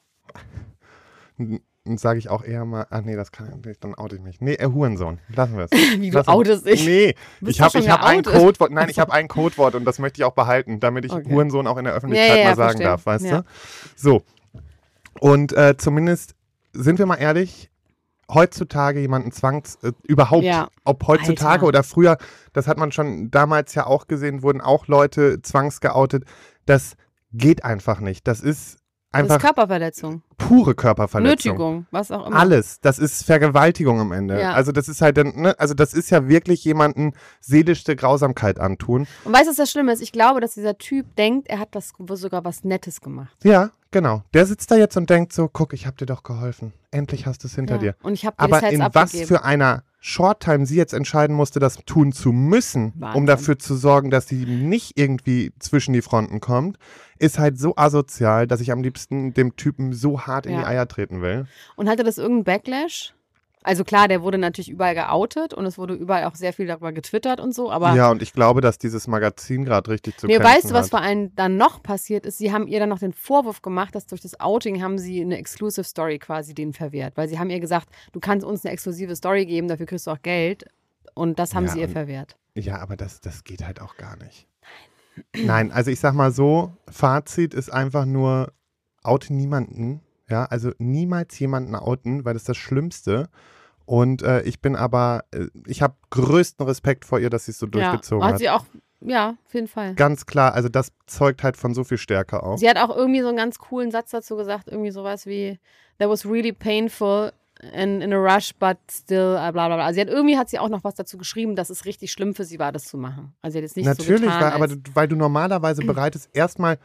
[SPEAKER 2] Sage ich auch eher mal, ah nee, das kann ich nicht, dann oute ich mich. Nee, äh, Hurensohn, lassen wir es.
[SPEAKER 1] Wie du
[SPEAKER 2] Lass uns-
[SPEAKER 1] outest dich.
[SPEAKER 2] Nee,
[SPEAKER 1] Du bist
[SPEAKER 2] ich habe
[SPEAKER 1] doch schon
[SPEAKER 2] hab ein
[SPEAKER 1] geoutet.
[SPEAKER 2] Codewort. Nein, ich habe ein Codewort und das möchte ich auch behalten, damit ich
[SPEAKER 1] Okay.
[SPEAKER 2] Hurensohn auch in der Öffentlichkeit
[SPEAKER 1] Ja, ja, ja,
[SPEAKER 2] mal sagen
[SPEAKER 1] verstehe.
[SPEAKER 2] darf, weißt
[SPEAKER 1] Ja.
[SPEAKER 2] du? So. Und äh, zumindest, sind wir mal ehrlich, heutzutage jemanden zwangs, äh, überhaupt,
[SPEAKER 1] Ja.
[SPEAKER 2] ob heutzutage
[SPEAKER 1] Alter.
[SPEAKER 2] oder früher, das hat man schon damals ja auch gesehen, wurden auch Leute zwangsgeoutet. Das geht einfach nicht. Das ist
[SPEAKER 1] Das ist
[SPEAKER 2] Einfach
[SPEAKER 1] Körperverletzung,
[SPEAKER 2] pure Körperverletzung.
[SPEAKER 1] Nötigung, was auch immer.
[SPEAKER 2] Alles. Das ist Vergewaltigung am Ende.
[SPEAKER 1] Ja.
[SPEAKER 2] Also das ist halt dann, ne, also das ist ja wirklich jemanden seelischste Grausamkeit antun.
[SPEAKER 1] Und weißt du, was das Schlimme ist? Ich glaube, dass dieser Typ denkt, er hat was, sogar was Nettes gemacht.
[SPEAKER 2] Ja, genau. Der sitzt da jetzt und denkt so, guck, ich hab dir doch geholfen. Endlich hast du es hinter
[SPEAKER 1] ja.
[SPEAKER 2] dir.
[SPEAKER 1] Und ich habe dir
[SPEAKER 2] Aber
[SPEAKER 1] das
[SPEAKER 2] in
[SPEAKER 1] jetzt
[SPEAKER 2] was
[SPEAKER 1] abgegeben.
[SPEAKER 2] für einer Short-Time sie jetzt entscheiden musste, das tun zu müssen,
[SPEAKER 1] Wahnsinn.
[SPEAKER 2] um dafür zu sorgen, dass sie nicht irgendwie zwischen die Fronten kommt, ist halt so asozial, dass ich am liebsten dem Typen so hart in
[SPEAKER 1] Ja.
[SPEAKER 2] die Eier treten will.
[SPEAKER 1] Und hatte das irgendeinen Backlash? Also klar, der wurde natürlich überall geoutet und es wurde überall auch sehr viel darüber getwittert und so, aber
[SPEAKER 2] ja, und ich glaube, dass dieses Magazin gerade richtig zu
[SPEAKER 1] nee,
[SPEAKER 2] kämpfen
[SPEAKER 1] weißt du, was
[SPEAKER 2] hat.
[SPEAKER 1] vor allem dann noch passiert ist? Sie haben ihr dann noch den Vorwurf gemacht, dass durch das Outing haben sie eine Exclusive Story quasi denen verwehrt, weil sie haben ihr gesagt, du kannst uns eine exklusive Story geben, dafür kriegst du auch Geld und das haben
[SPEAKER 2] Ja,
[SPEAKER 1] sie ihr
[SPEAKER 2] und-
[SPEAKER 1] verwehrt.
[SPEAKER 2] Ja, aber das, das geht halt auch gar nicht. Nein. Nein, also ich sag mal so, Fazit ist einfach nur, oute niemanden. Ja, also niemals jemanden outen, weil das ist das Schlimmste. Und äh, ich bin aber, äh, ich habe größten Respekt vor ihr, dass sie es so
[SPEAKER 1] Ja,
[SPEAKER 2] durchgezogen
[SPEAKER 1] hat
[SPEAKER 2] hat.
[SPEAKER 1] sie auch, ja, auf jeden Fall.
[SPEAKER 2] Ganz klar, also das zeugt halt von so viel Stärke auch.
[SPEAKER 1] Sie hat auch irgendwie so einen ganz coolen Satz dazu gesagt, irgendwie sowas wie That was really painful and in a rush, but still, äh, bla bla bla. Also sie hat irgendwie hat sie auch noch was dazu geschrieben, dass es richtig schlimm für sie war, das zu machen. Also sie hat jetzt nicht
[SPEAKER 2] Natürlich,
[SPEAKER 1] so getan,
[SPEAKER 2] weil, aber
[SPEAKER 1] als,
[SPEAKER 2] du- weil du normalerweise bereitest, erstmal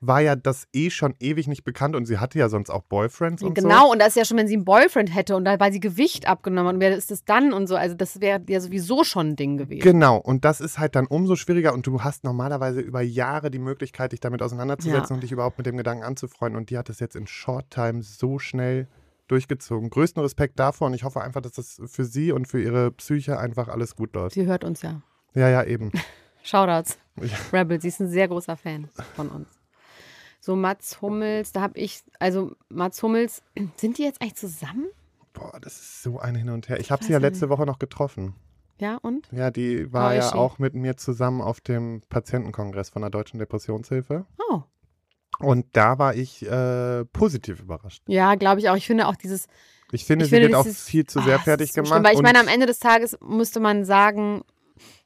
[SPEAKER 2] war ja das eh schon ewig nicht bekannt und sie hatte ja sonst auch Boyfriends und so.
[SPEAKER 1] genau. Und das ist ja schon, wenn sie einen Boyfriend hätte und da weil sie Gewicht abgenommen hat und wer ist das dann und so. Also das wäre ja sowieso schon ein Ding gewesen.
[SPEAKER 2] Genau, und das ist halt dann umso schwieriger und du hast normalerweise über Jahre die Möglichkeit, dich damit auseinanderzusetzen
[SPEAKER 1] Ja.
[SPEAKER 2] und dich überhaupt mit dem Gedanken anzufreunden und die hat das jetzt in Short Time so schnell durchgezogen. Größten Respekt davor und ich hoffe einfach, dass das für sie und für ihre Psyche einfach alles gut läuft.
[SPEAKER 1] sie hört uns ja.
[SPEAKER 2] Ja, ja, eben.
[SPEAKER 1] Shoutouts. Rebel, sie ist ein sehr großer Fan von uns. So, Mats Hummels, da habe ich, also Mats Hummels, sind die jetzt eigentlich zusammen?
[SPEAKER 2] Boah, das ist so ein Hin und Her. Ich habe
[SPEAKER 1] weiß
[SPEAKER 2] sie ja
[SPEAKER 1] ja
[SPEAKER 2] letzte Woche noch getroffen.
[SPEAKER 1] Ja, und?
[SPEAKER 2] Ja, die war
[SPEAKER 1] How is
[SPEAKER 2] ja
[SPEAKER 1] she?
[SPEAKER 2] auch mit mir zusammen auf dem Patientenkongress von der Deutschen Depressionshilfe.
[SPEAKER 1] Oh.
[SPEAKER 2] Und da war ich äh, positiv überrascht.
[SPEAKER 1] Ja, glaube ich auch. Ich finde auch dieses.
[SPEAKER 2] Ich finde,
[SPEAKER 1] Ich
[SPEAKER 2] sie
[SPEAKER 1] finde,
[SPEAKER 2] wird auch
[SPEAKER 1] dieses-
[SPEAKER 2] viel zu
[SPEAKER 1] Ah,
[SPEAKER 2] sehr
[SPEAKER 1] das
[SPEAKER 2] fertig
[SPEAKER 1] ist so
[SPEAKER 2] gemacht.
[SPEAKER 1] schlimm, Weil ich
[SPEAKER 2] und-
[SPEAKER 1] meine, am Ende des Tages müsste man sagen,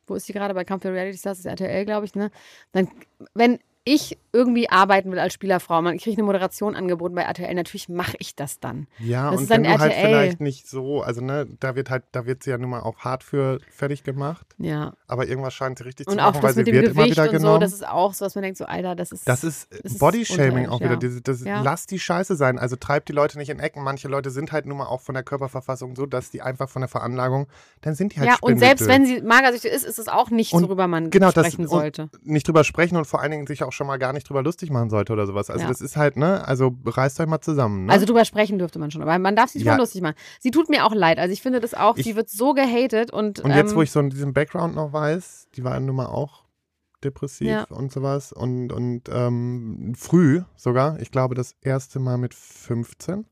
[SPEAKER 1] wo ist die gerade bei Kampf der Reality Stars, das ist RTL, glaube ich, ne? Dann, wenn ich irgendwie arbeiten will als Spielerfrau, man kriege eine Moderation angeboten bei RTL, natürlich mache ich das dann.
[SPEAKER 2] Ja,
[SPEAKER 1] Das
[SPEAKER 2] und
[SPEAKER 1] ist
[SPEAKER 2] wenn
[SPEAKER 1] dann
[SPEAKER 2] du halt
[SPEAKER 1] RTL.
[SPEAKER 2] vielleicht nicht so, also ne, da wird halt, da wird sie ja nun mal auch hart für fertig gemacht,
[SPEAKER 1] Ja.
[SPEAKER 2] aber irgendwas scheint sie richtig
[SPEAKER 1] Und
[SPEAKER 2] zu
[SPEAKER 1] auch
[SPEAKER 2] machen, weil
[SPEAKER 1] das
[SPEAKER 2] sie
[SPEAKER 1] mit dem
[SPEAKER 2] wird immer
[SPEAKER 1] Gewicht
[SPEAKER 2] wieder
[SPEAKER 1] und
[SPEAKER 2] genommen.
[SPEAKER 1] so, das ist auch so, dass man denkt, so, Alter, das ist.
[SPEAKER 2] das ist
[SPEAKER 1] das ist
[SPEAKER 2] Bodyshaming
[SPEAKER 1] unterirdisch,
[SPEAKER 2] auch wieder.
[SPEAKER 1] ja.
[SPEAKER 2] Diese, das,
[SPEAKER 1] Ja.
[SPEAKER 2] Lass die Scheiße sein. Also treibt die Leute nicht in Ecken. Manche Leute sind halt nun mal auch von der Körperverfassung so, dass die einfach von der Veranlagung, dann sind die halt
[SPEAKER 1] ja, und selbst
[SPEAKER 2] Spindeldürr.
[SPEAKER 1] wenn sie magersüchtig ist, ist es auch nichts,
[SPEAKER 2] Und
[SPEAKER 1] worüber man
[SPEAKER 2] genau, das-
[SPEAKER 1] sprechen
[SPEAKER 2] und-
[SPEAKER 1] sollte.
[SPEAKER 2] nicht drüber sprechen und vor allen Dingen sich auch schon mal gar nicht drüber lustig machen sollte oder sowas. Also
[SPEAKER 1] Ja.
[SPEAKER 2] das ist halt, ne, also reißt euch mal zusammen. Ne?
[SPEAKER 1] Also drüber sprechen dürfte man schon, aber man darf sich
[SPEAKER 2] Ja.
[SPEAKER 1] schon lustig machen. Sie tut mir auch leid. Also ich finde das auch,
[SPEAKER 2] Ich-
[SPEAKER 1] sie wird so gehatet und,
[SPEAKER 2] Und jetzt,
[SPEAKER 1] ähm,
[SPEAKER 2] wo ich so in diesem Background noch weiß, die war nun mal auch depressiv
[SPEAKER 1] Ja.
[SPEAKER 2] und sowas und, und ähm, früh sogar, ich glaube das erste Mal mit 15,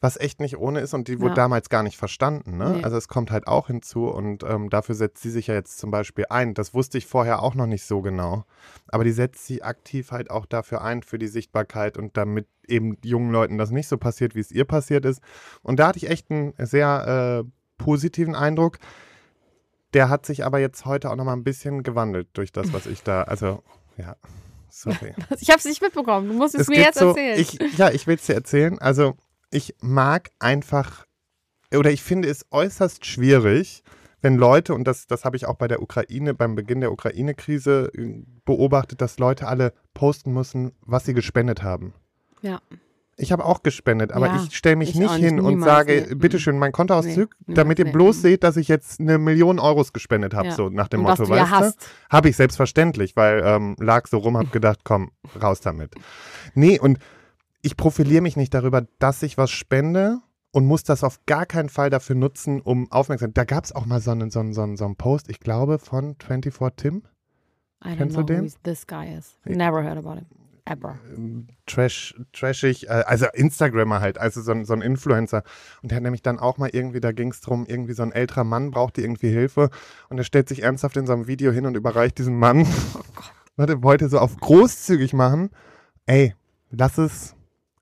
[SPEAKER 2] was echt nicht ohne ist und die wurde
[SPEAKER 1] Ja.
[SPEAKER 2] damals gar nicht verstanden. Ne?
[SPEAKER 1] Nee.
[SPEAKER 2] Also es kommt halt auch hinzu und ähm, dafür setzt sie sich ja jetzt zum Beispiel ein. Das wusste ich vorher auch noch nicht so genau, aber die setzt sie aktiv halt auch dafür ein, für die Sichtbarkeit und damit eben jungen Leuten das nicht so passiert, wie es ihr passiert ist. Und da hatte ich echt einen sehr äh, positiven Eindruck. Der hat sich aber jetzt heute auch nochmal ein bisschen gewandelt durch das, was ich da, also, ja, sorry.
[SPEAKER 1] Ich habe es nicht mitbekommen. Du musst es, mir
[SPEAKER 2] gibt
[SPEAKER 1] jetzt
[SPEAKER 2] so,
[SPEAKER 1] erzählen.
[SPEAKER 2] Ich, ja, ich will es dir erzählen. Also, ich mag einfach, oder ich finde es äußerst schwierig, wenn Leute, und das, das habe ich auch bei der Ukraine, beim Beginn der Ukraine-Krise äh, beobachtet, dass Leute alle posten müssen, was sie gespendet haben.
[SPEAKER 1] ja.
[SPEAKER 2] Ich habe auch gespendet, aber
[SPEAKER 1] Ja,
[SPEAKER 2] ich stelle mich
[SPEAKER 1] ich
[SPEAKER 2] nicht
[SPEAKER 1] auch nicht,
[SPEAKER 2] hin und
[SPEAKER 1] niemals,
[SPEAKER 2] sage,
[SPEAKER 1] nee.
[SPEAKER 2] bitteschön, mein Kontoauszug,
[SPEAKER 1] Nee, nee,
[SPEAKER 2] damit ihr
[SPEAKER 1] nee.
[SPEAKER 2] bloß seht, dass ich jetzt eine Million Euros gespendet habe,
[SPEAKER 1] Ja.
[SPEAKER 2] so nach dem
[SPEAKER 1] Und was
[SPEAKER 2] Motto,
[SPEAKER 1] du ja
[SPEAKER 2] weißt du?
[SPEAKER 1] hast.
[SPEAKER 2] Habe ich selbstverständlich, weil ähm, lag so rum, habe gedacht, komm, raus damit. Nee, und ich profiliere mich nicht darüber, dass ich was spende und muss das auf gar keinen Fall dafür nutzen, um aufmerksam. Da gab es auch mal so einen, so, einen, so, einen, so einen Post, ich glaube, von 24 Tim.
[SPEAKER 1] I don't
[SPEAKER 2] Kennst
[SPEAKER 1] know
[SPEAKER 2] du den?
[SPEAKER 1] who this guy is. Never heard about him. Ever.
[SPEAKER 2] trash, trashig, äh, also Instagrammer halt, also so ein, so ein Influencer. Und der hat nämlich dann auch mal irgendwie, da ging es drum, irgendwie so ein älterer Mann brauchte irgendwie Hilfe und er stellt sich ernsthaft in so einem Video hin und überreicht diesem Mann,
[SPEAKER 1] Oh
[SPEAKER 2] warte, wollte so auf großzügig machen, ey, lass es.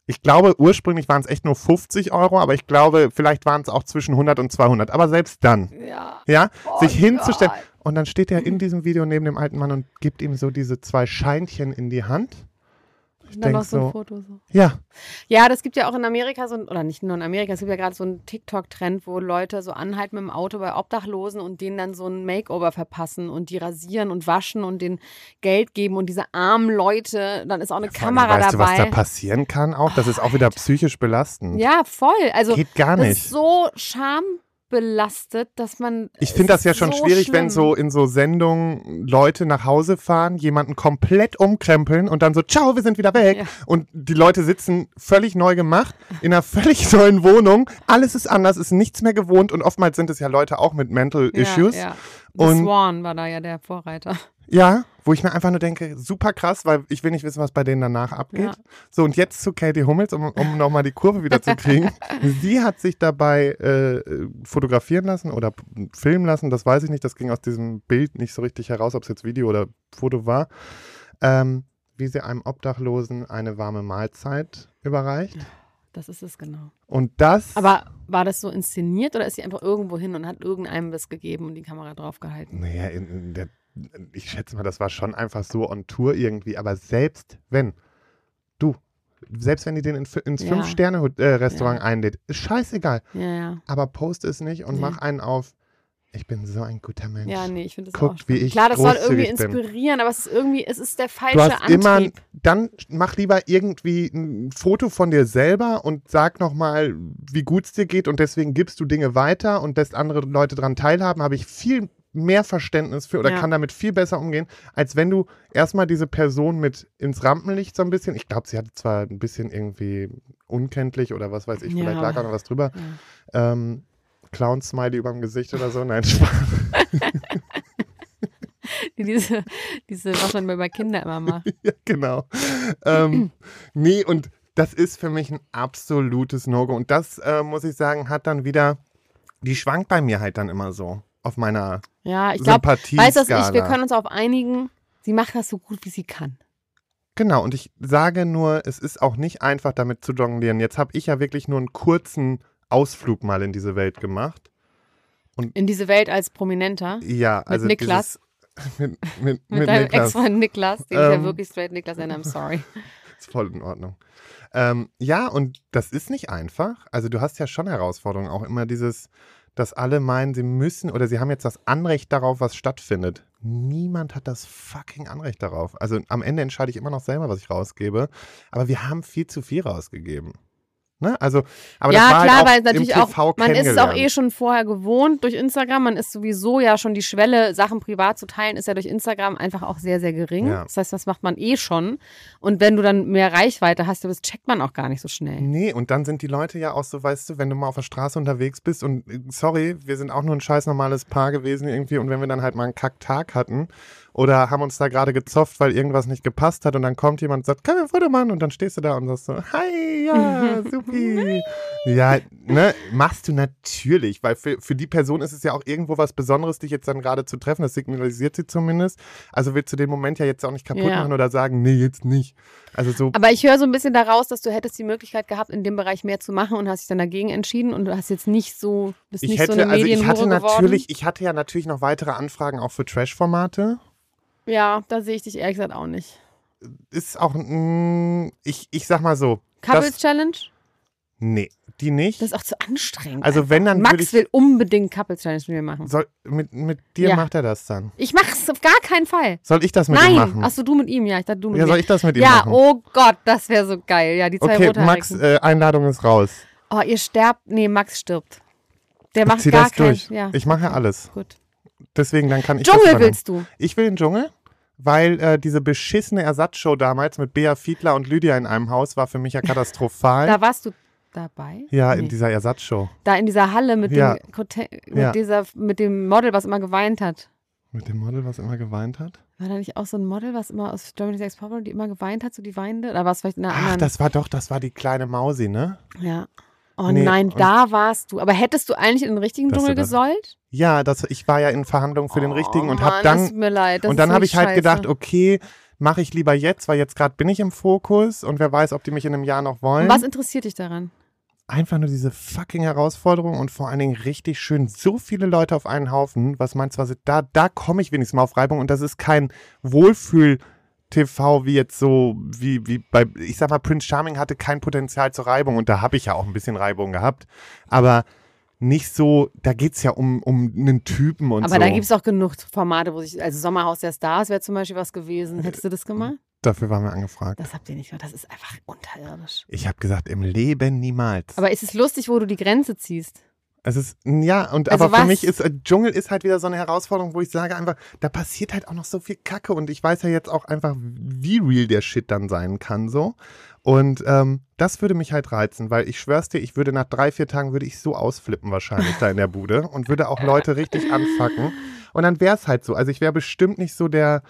[SPEAKER 2] Ich glaube, ursprünglich waren es echt nur 50 Euro, aber ich glaube, vielleicht waren es auch zwischen 100 und 200. Aber selbst dann,
[SPEAKER 1] Ja.
[SPEAKER 2] ja, sich
[SPEAKER 1] Oh Gott.
[SPEAKER 2] hinzustellen. Und dann steht er in diesem Video neben dem alten Mann und gibt ihm so diese zwei Scheinchen in die Hand Ich
[SPEAKER 1] Und dann
[SPEAKER 2] denke
[SPEAKER 1] noch so ein
[SPEAKER 2] so,
[SPEAKER 1] Foto. So.
[SPEAKER 2] ja,
[SPEAKER 1] Ja, das gibt ja auch in Amerika so, ein, oder nicht nur in Amerika, es gibt ja gerade so einen TikTok-Trend, wo Leute so anhalten mit dem Auto bei Obdachlosen und denen dann so ein Makeover verpassen und die rasieren und waschen und denen Geld geben und diese armen Leute, dann ist auch eine
[SPEAKER 2] Vor allem,
[SPEAKER 1] Kamera
[SPEAKER 2] weißt du,
[SPEAKER 1] dabei.
[SPEAKER 2] was da passieren kann auch? Das ist auch wieder psychisch belastend.
[SPEAKER 1] ja, voll. Also
[SPEAKER 2] Geht gar
[SPEAKER 1] das
[SPEAKER 2] nicht.
[SPEAKER 1] ist so schambelastet, dass man.
[SPEAKER 2] Ich
[SPEAKER 1] es
[SPEAKER 2] finde das
[SPEAKER 1] ist
[SPEAKER 2] ja schon
[SPEAKER 1] so
[SPEAKER 2] schwierig,
[SPEAKER 1] schlimm.
[SPEAKER 2] wenn so in so Sendungen Leute nach Hause fahren, jemanden komplett umkrempeln und dann so, ciao, wir sind wieder weg.
[SPEAKER 1] Ja.
[SPEAKER 2] Und die Leute sitzen völlig neu gemacht, in einer völlig neuen Wohnung. Alles ist anders, ist nichts mehr gewohnt und oftmals sind es ja Leute auch mit Mental
[SPEAKER 1] Ja,
[SPEAKER 2] Issues.
[SPEAKER 1] Ja. The
[SPEAKER 2] Und-
[SPEAKER 1] Swan war da ja der Vorreiter.
[SPEAKER 2] Ja, wo ich mir einfach nur denke, super krass, weil ich will nicht wissen, was bei denen danach abgeht.
[SPEAKER 1] Ja.
[SPEAKER 2] So, und jetzt zu Katie Hummels, um, um nochmal die Kurve wieder zu kriegen. Sie hat sich dabei äh, fotografieren lassen oder p- filmen lassen, das weiß ich nicht, das ging aus diesem Bild nicht so richtig heraus, ob es jetzt Video oder Foto war, ähm, wie sie einem Obdachlosen eine warme Mahlzeit überreicht.
[SPEAKER 1] Das ist es genau.
[SPEAKER 2] Und das,
[SPEAKER 1] Aber war das so inszeniert oder ist sie einfach irgendwo hin und hat irgendeinem das gegeben und die Kamera draufgehalten?
[SPEAKER 2] naja, in, in der, ich schätze mal, das war schon einfach so on Tour irgendwie, aber selbst wenn, du, selbst wenn die den in, fü- ins
[SPEAKER 1] Ja.
[SPEAKER 2] Fünf-Sterne-Restaurant einlädt, ist scheißegal,
[SPEAKER 1] Ja, ja.
[SPEAKER 2] aber post es nicht und
[SPEAKER 1] Nee.
[SPEAKER 2] mach einen auf, ich bin so ein guter Mensch.
[SPEAKER 1] Ja, nee, ich finde das auch
[SPEAKER 2] Guckt, wie ich
[SPEAKER 1] Klar, das soll irgendwie
[SPEAKER 2] großzügig bin.
[SPEAKER 1] inspirieren, aber es ist irgendwie, es ist der falsche
[SPEAKER 2] Du hast
[SPEAKER 1] Antrieb.
[SPEAKER 2] immer, dann mach lieber irgendwie ein Foto von dir selber und sag nochmal, wie gut es dir geht und deswegen gibst du Dinge weiter und lässt andere Leute daran teilhaben, habe ich viel mehr Verständnis für oder
[SPEAKER 1] Ja.
[SPEAKER 2] kann damit viel besser umgehen, als wenn du erstmal diese Person mit ins Rampenlicht so ein bisschen, ich glaube, sie hatte zwar ein bisschen irgendwie unkenntlich oder was weiß ich,
[SPEAKER 1] Ja.
[SPEAKER 2] vielleicht lag auch noch was drüber, ähm, Clown-Smiley über dem Gesicht oder so, nein, Spaß.
[SPEAKER 1] diese, diese, was man bei Kindern immer macht.
[SPEAKER 2] Ja, genau. Ähm, nee, und das ist für mich ein absolutes No-Go. Und das, äh, muss ich sagen, hat dann wieder, die schwankt bei mir halt dann immer so auf meiner
[SPEAKER 1] Ja, ich glaube,
[SPEAKER 2] Sympathie.
[SPEAKER 1] weiß das nicht, wir können uns auf einigen. Sie macht das so gut, wie sie kann.
[SPEAKER 2] Genau, und ich sage nur, es ist auch nicht einfach, damit zu jonglieren. Jetzt habe ich ja wirklich nur einen kurzen Ausflug mal in diese Welt gemacht.
[SPEAKER 1] In diese Welt als Prominenter.
[SPEAKER 2] Ja, also
[SPEAKER 1] Niklas.
[SPEAKER 2] Dieses, mit, mit,
[SPEAKER 1] Mit,
[SPEAKER 2] mit
[SPEAKER 1] deinem
[SPEAKER 2] Niklas.
[SPEAKER 1] Ex-Freund Niklas, den ich ja
[SPEAKER 2] Ähm.
[SPEAKER 1] wirklich straight Niklas nenne, I'm sorry.
[SPEAKER 2] Ist voll in Ordnung. Ähm, ja, und das ist nicht einfach. Also du hast ja schon Herausforderungen, auch immer dieses, dass alle meinen, sie müssen oder sie haben jetzt das Anrecht darauf, was stattfindet. Niemand hat das fucking Anrecht darauf. Also am Ende entscheide ich immer noch selber, was ich rausgebe. Aber wir haben viel zu viel rausgegeben. Ne? Also, aber
[SPEAKER 1] ja,
[SPEAKER 2] das war
[SPEAKER 1] klar,
[SPEAKER 2] halt auch
[SPEAKER 1] weil natürlich
[SPEAKER 2] im TV
[SPEAKER 1] auch, man ist es auch eh
[SPEAKER 2] kennengelernt.
[SPEAKER 1] schon vorher gewohnt durch Instagram. Man ist sowieso ja schon die Schwelle, Sachen privat zu teilen, ist ja durch Instagram einfach auch sehr, sehr gering.
[SPEAKER 2] Ja.
[SPEAKER 1] Das heißt, das macht man eh schon. Und wenn du dann mehr Reichweite hast, das checkt man auch gar nicht so schnell.
[SPEAKER 2] Nee, und dann sind die Leute ja auch so, weißt du, wenn du mal auf der Straße unterwegs bist und äh, sorry, wir sind auch nur ein scheiß normales Paar gewesen irgendwie und wenn wir dann halt mal einen Kacktag hatten oder haben uns da gerade gezofft, weil irgendwas nicht gepasst hat und dann kommt jemand und sagt, kann mir ein Foto machen und dann stehst du da und sagst so, hi, ja, supi. ja, ne, machst du natürlich, weil für, für die Person ist es ja auch irgendwo was Besonderes, dich jetzt dann gerade zu treffen, das signalisiert sie zumindest, also willst du den Moment ja jetzt auch nicht kaputt
[SPEAKER 1] Ja.
[SPEAKER 2] machen oder sagen, nee, jetzt nicht. Also so
[SPEAKER 1] Aber ich höre so ein bisschen daraus, dass du hättest die Möglichkeit gehabt, in dem Bereich mehr zu machen und hast dich dann dagegen entschieden und du hast jetzt nicht so, bist
[SPEAKER 2] Ich
[SPEAKER 1] nicht
[SPEAKER 2] hätte,
[SPEAKER 1] so eine
[SPEAKER 2] also ich
[SPEAKER 1] Medienhure
[SPEAKER 2] hatte
[SPEAKER 1] geworden.
[SPEAKER 2] natürlich, ich hatte ja natürlich noch weitere Anfragen auch für Trash-Formate.
[SPEAKER 1] ja, da sehe ich dich ehrlich gesagt auch nicht.
[SPEAKER 2] Ist auch, mm, ich, ich sag mal so,
[SPEAKER 1] Couples
[SPEAKER 2] das,
[SPEAKER 1] Challenge?
[SPEAKER 2] nee, die nicht.
[SPEAKER 1] Das ist auch zu anstrengend.
[SPEAKER 2] also wenn dann würde
[SPEAKER 1] Max
[SPEAKER 2] ich,
[SPEAKER 1] will unbedingt Couples Challenge mit mir machen.
[SPEAKER 2] soll, mit, mit dir
[SPEAKER 1] Ja.
[SPEAKER 2] macht er das dann.
[SPEAKER 1] Ich mach's auf gar keinen Fall.
[SPEAKER 2] Soll ich das mit ihm
[SPEAKER 1] Nein,
[SPEAKER 2] machen?
[SPEAKER 1] achso, du mit ihm, ja, ich dachte du mit
[SPEAKER 2] ja,
[SPEAKER 1] mir.
[SPEAKER 2] soll ich das mit ihm
[SPEAKER 1] ja,
[SPEAKER 2] machen?
[SPEAKER 1] oh Gott, das wäre so geil. Ja, die zwei
[SPEAKER 2] okay,
[SPEAKER 1] Rothaarigen.
[SPEAKER 2] Max, äh, Einladung ist raus.
[SPEAKER 1] oh, ihr sterbt. Nee, Max stirbt. Der macht
[SPEAKER 2] Zieh
[SPEAKER 1] gar
[SPEAKER 2] das
[SPEAKER 1] keinen.
[SPEAKER 2] durch.
[SPEAKER 1] Ja,
[SPEAKER 2] Ich mache ja alles.
[SPEAKER 1] gut.
[SPEAKER 2] Deswegen, dann kann ich das
[SPEAKER 1] Dschungel
[SPEAKER 2] übernehmen.
[SPEAKER 1] willst du?
[SPEAKER 2] Ich will den Dschungel, weil äh, diese beschissene Ersatzshow damals mit Bea Fiedler und Lydia in einem Haus war für mich ja katastrophal.
[SPEAKER 1] Da warst du dabei?
[SPEAKER 2] ja, in
[SPEAKER 1] Nee.
[SPEAKER 2] dieser Ersatzshow.
[SPEAKER 1] da in dieser Halle mit
[SPEAKER 2] Ja.
[SPEAKER 1] dem Kote mit
[SPEAKER 2] Ja.
[SPEAKER 1] dieser mit dem Model, was immer geweint hat.
[SPEAKER 2] Mit dem Model, was immer geweint hat?
[SPEAKER 1] War da nicht auch so ein Model, was immer aus Germany's Next Topmodel, die immer geweint hat, so die weinende? Oder war es vielleicht in einer
[SPEAKER 2] Ach,
[SPEAKER 1] anderen?
[SPEAKER 2] das war doch, das war die kleine Mausi, ne?
[SPEAKER 1] ja. Oh
[SPEAKER 2] Nee,
[SPEAKER 1] nein,
[SPEAKER 2] und-
[SPEAKER 1] da warst du. Aber hättest du eigentlich in den richtigen
[SPEAKER 2] Dass du
[SPEAKER 1] Dschungel
[SPEAKER 2] das-
[SPEAKER 1] gesollt?
[SPEAKER 2] Ja, das, ich war ja in Verhandlungen für den richtigen
[SPEAKER 1] oh,
[SPEAKER 2] und
[SPEAKER 1] Mann, das
[SPEAKER 2] hab dann
[SPEAKER 1] tut mir leid, das
[SPEAKER 2] und
[SPEAKER 1] ist
[SPEAKER 2] dann habe
[SPEAKER 1] nicht
[SPEAKER 2] ich halt
[SPEAKER 1] scheiße.
[SPEAKER 2] gedacht, okay, mache ich lieber jetzt, weil jetzt gerade bin ich im Fokus und wer weiß, ob die mich in einem Jahr noch wollen.
[SPEAKER 1] Und Was interessiert dich daran?
[SPEAKER 2] Einfach nur diese fucking Herausforderung und vor allen Dingen richtig schön so viele Leute auf einen Haufen. Was meinst du, was da da komme ich wenigstens mal auf Reibung und das ist kein Wohlfühl TV wie jetzt so, wie, wie bei, ich sag mal, Prince Charming hatte kein Potenzial zur Reibung und da habe ich ja auch ein bisschen Reibung gehabt. Aber nicht so, da geht's ja um, um einen Typen und
[SPEAKER 1] Aber
[SPEAKER 2] so.
[SPEAKER 1] da gibt es auch genug Formate, wo sich, also Sommerhaus der Stars wäre zum Beispiel was gewesen. Hättest du das gemacht?
[SPEAKER 2] Dafür waren wir angefragt.
[SPEAKER 1] Das habt ihr nicht gemacht. Das ist einfach unterirdisch.
[SPEAKER 2] Ich habe gesagt, im Leben niemals.
[SPEAKER 1] Aber ist es lustig, wo du die Grenze ziehst?
[SPEAKER 2] es ist, ja, und
[SPEAKER 1] Also
[SPEAKER 2] aber für
[SPEAKER 1] was-
[SPEAKER 2] mich ist, äh, Dschungel ist halt wieder so eine Herausforderung, wo ich sage einfach, da passiert halt auch noch so viel Kacke und ich weiß ja jetzt auch einfach, wie real der Shit dann sein kann, so. Und ähm, das würde mich halt reizen, weil ich schwör's dir, ich würde nach drei, vier Tagen würde ich so ausflippen wahrscheinlich da in der Bude und würde auch Leute richtig anfacken. Und dann wär's halt so. Also ich wäre bestimmt nicht so der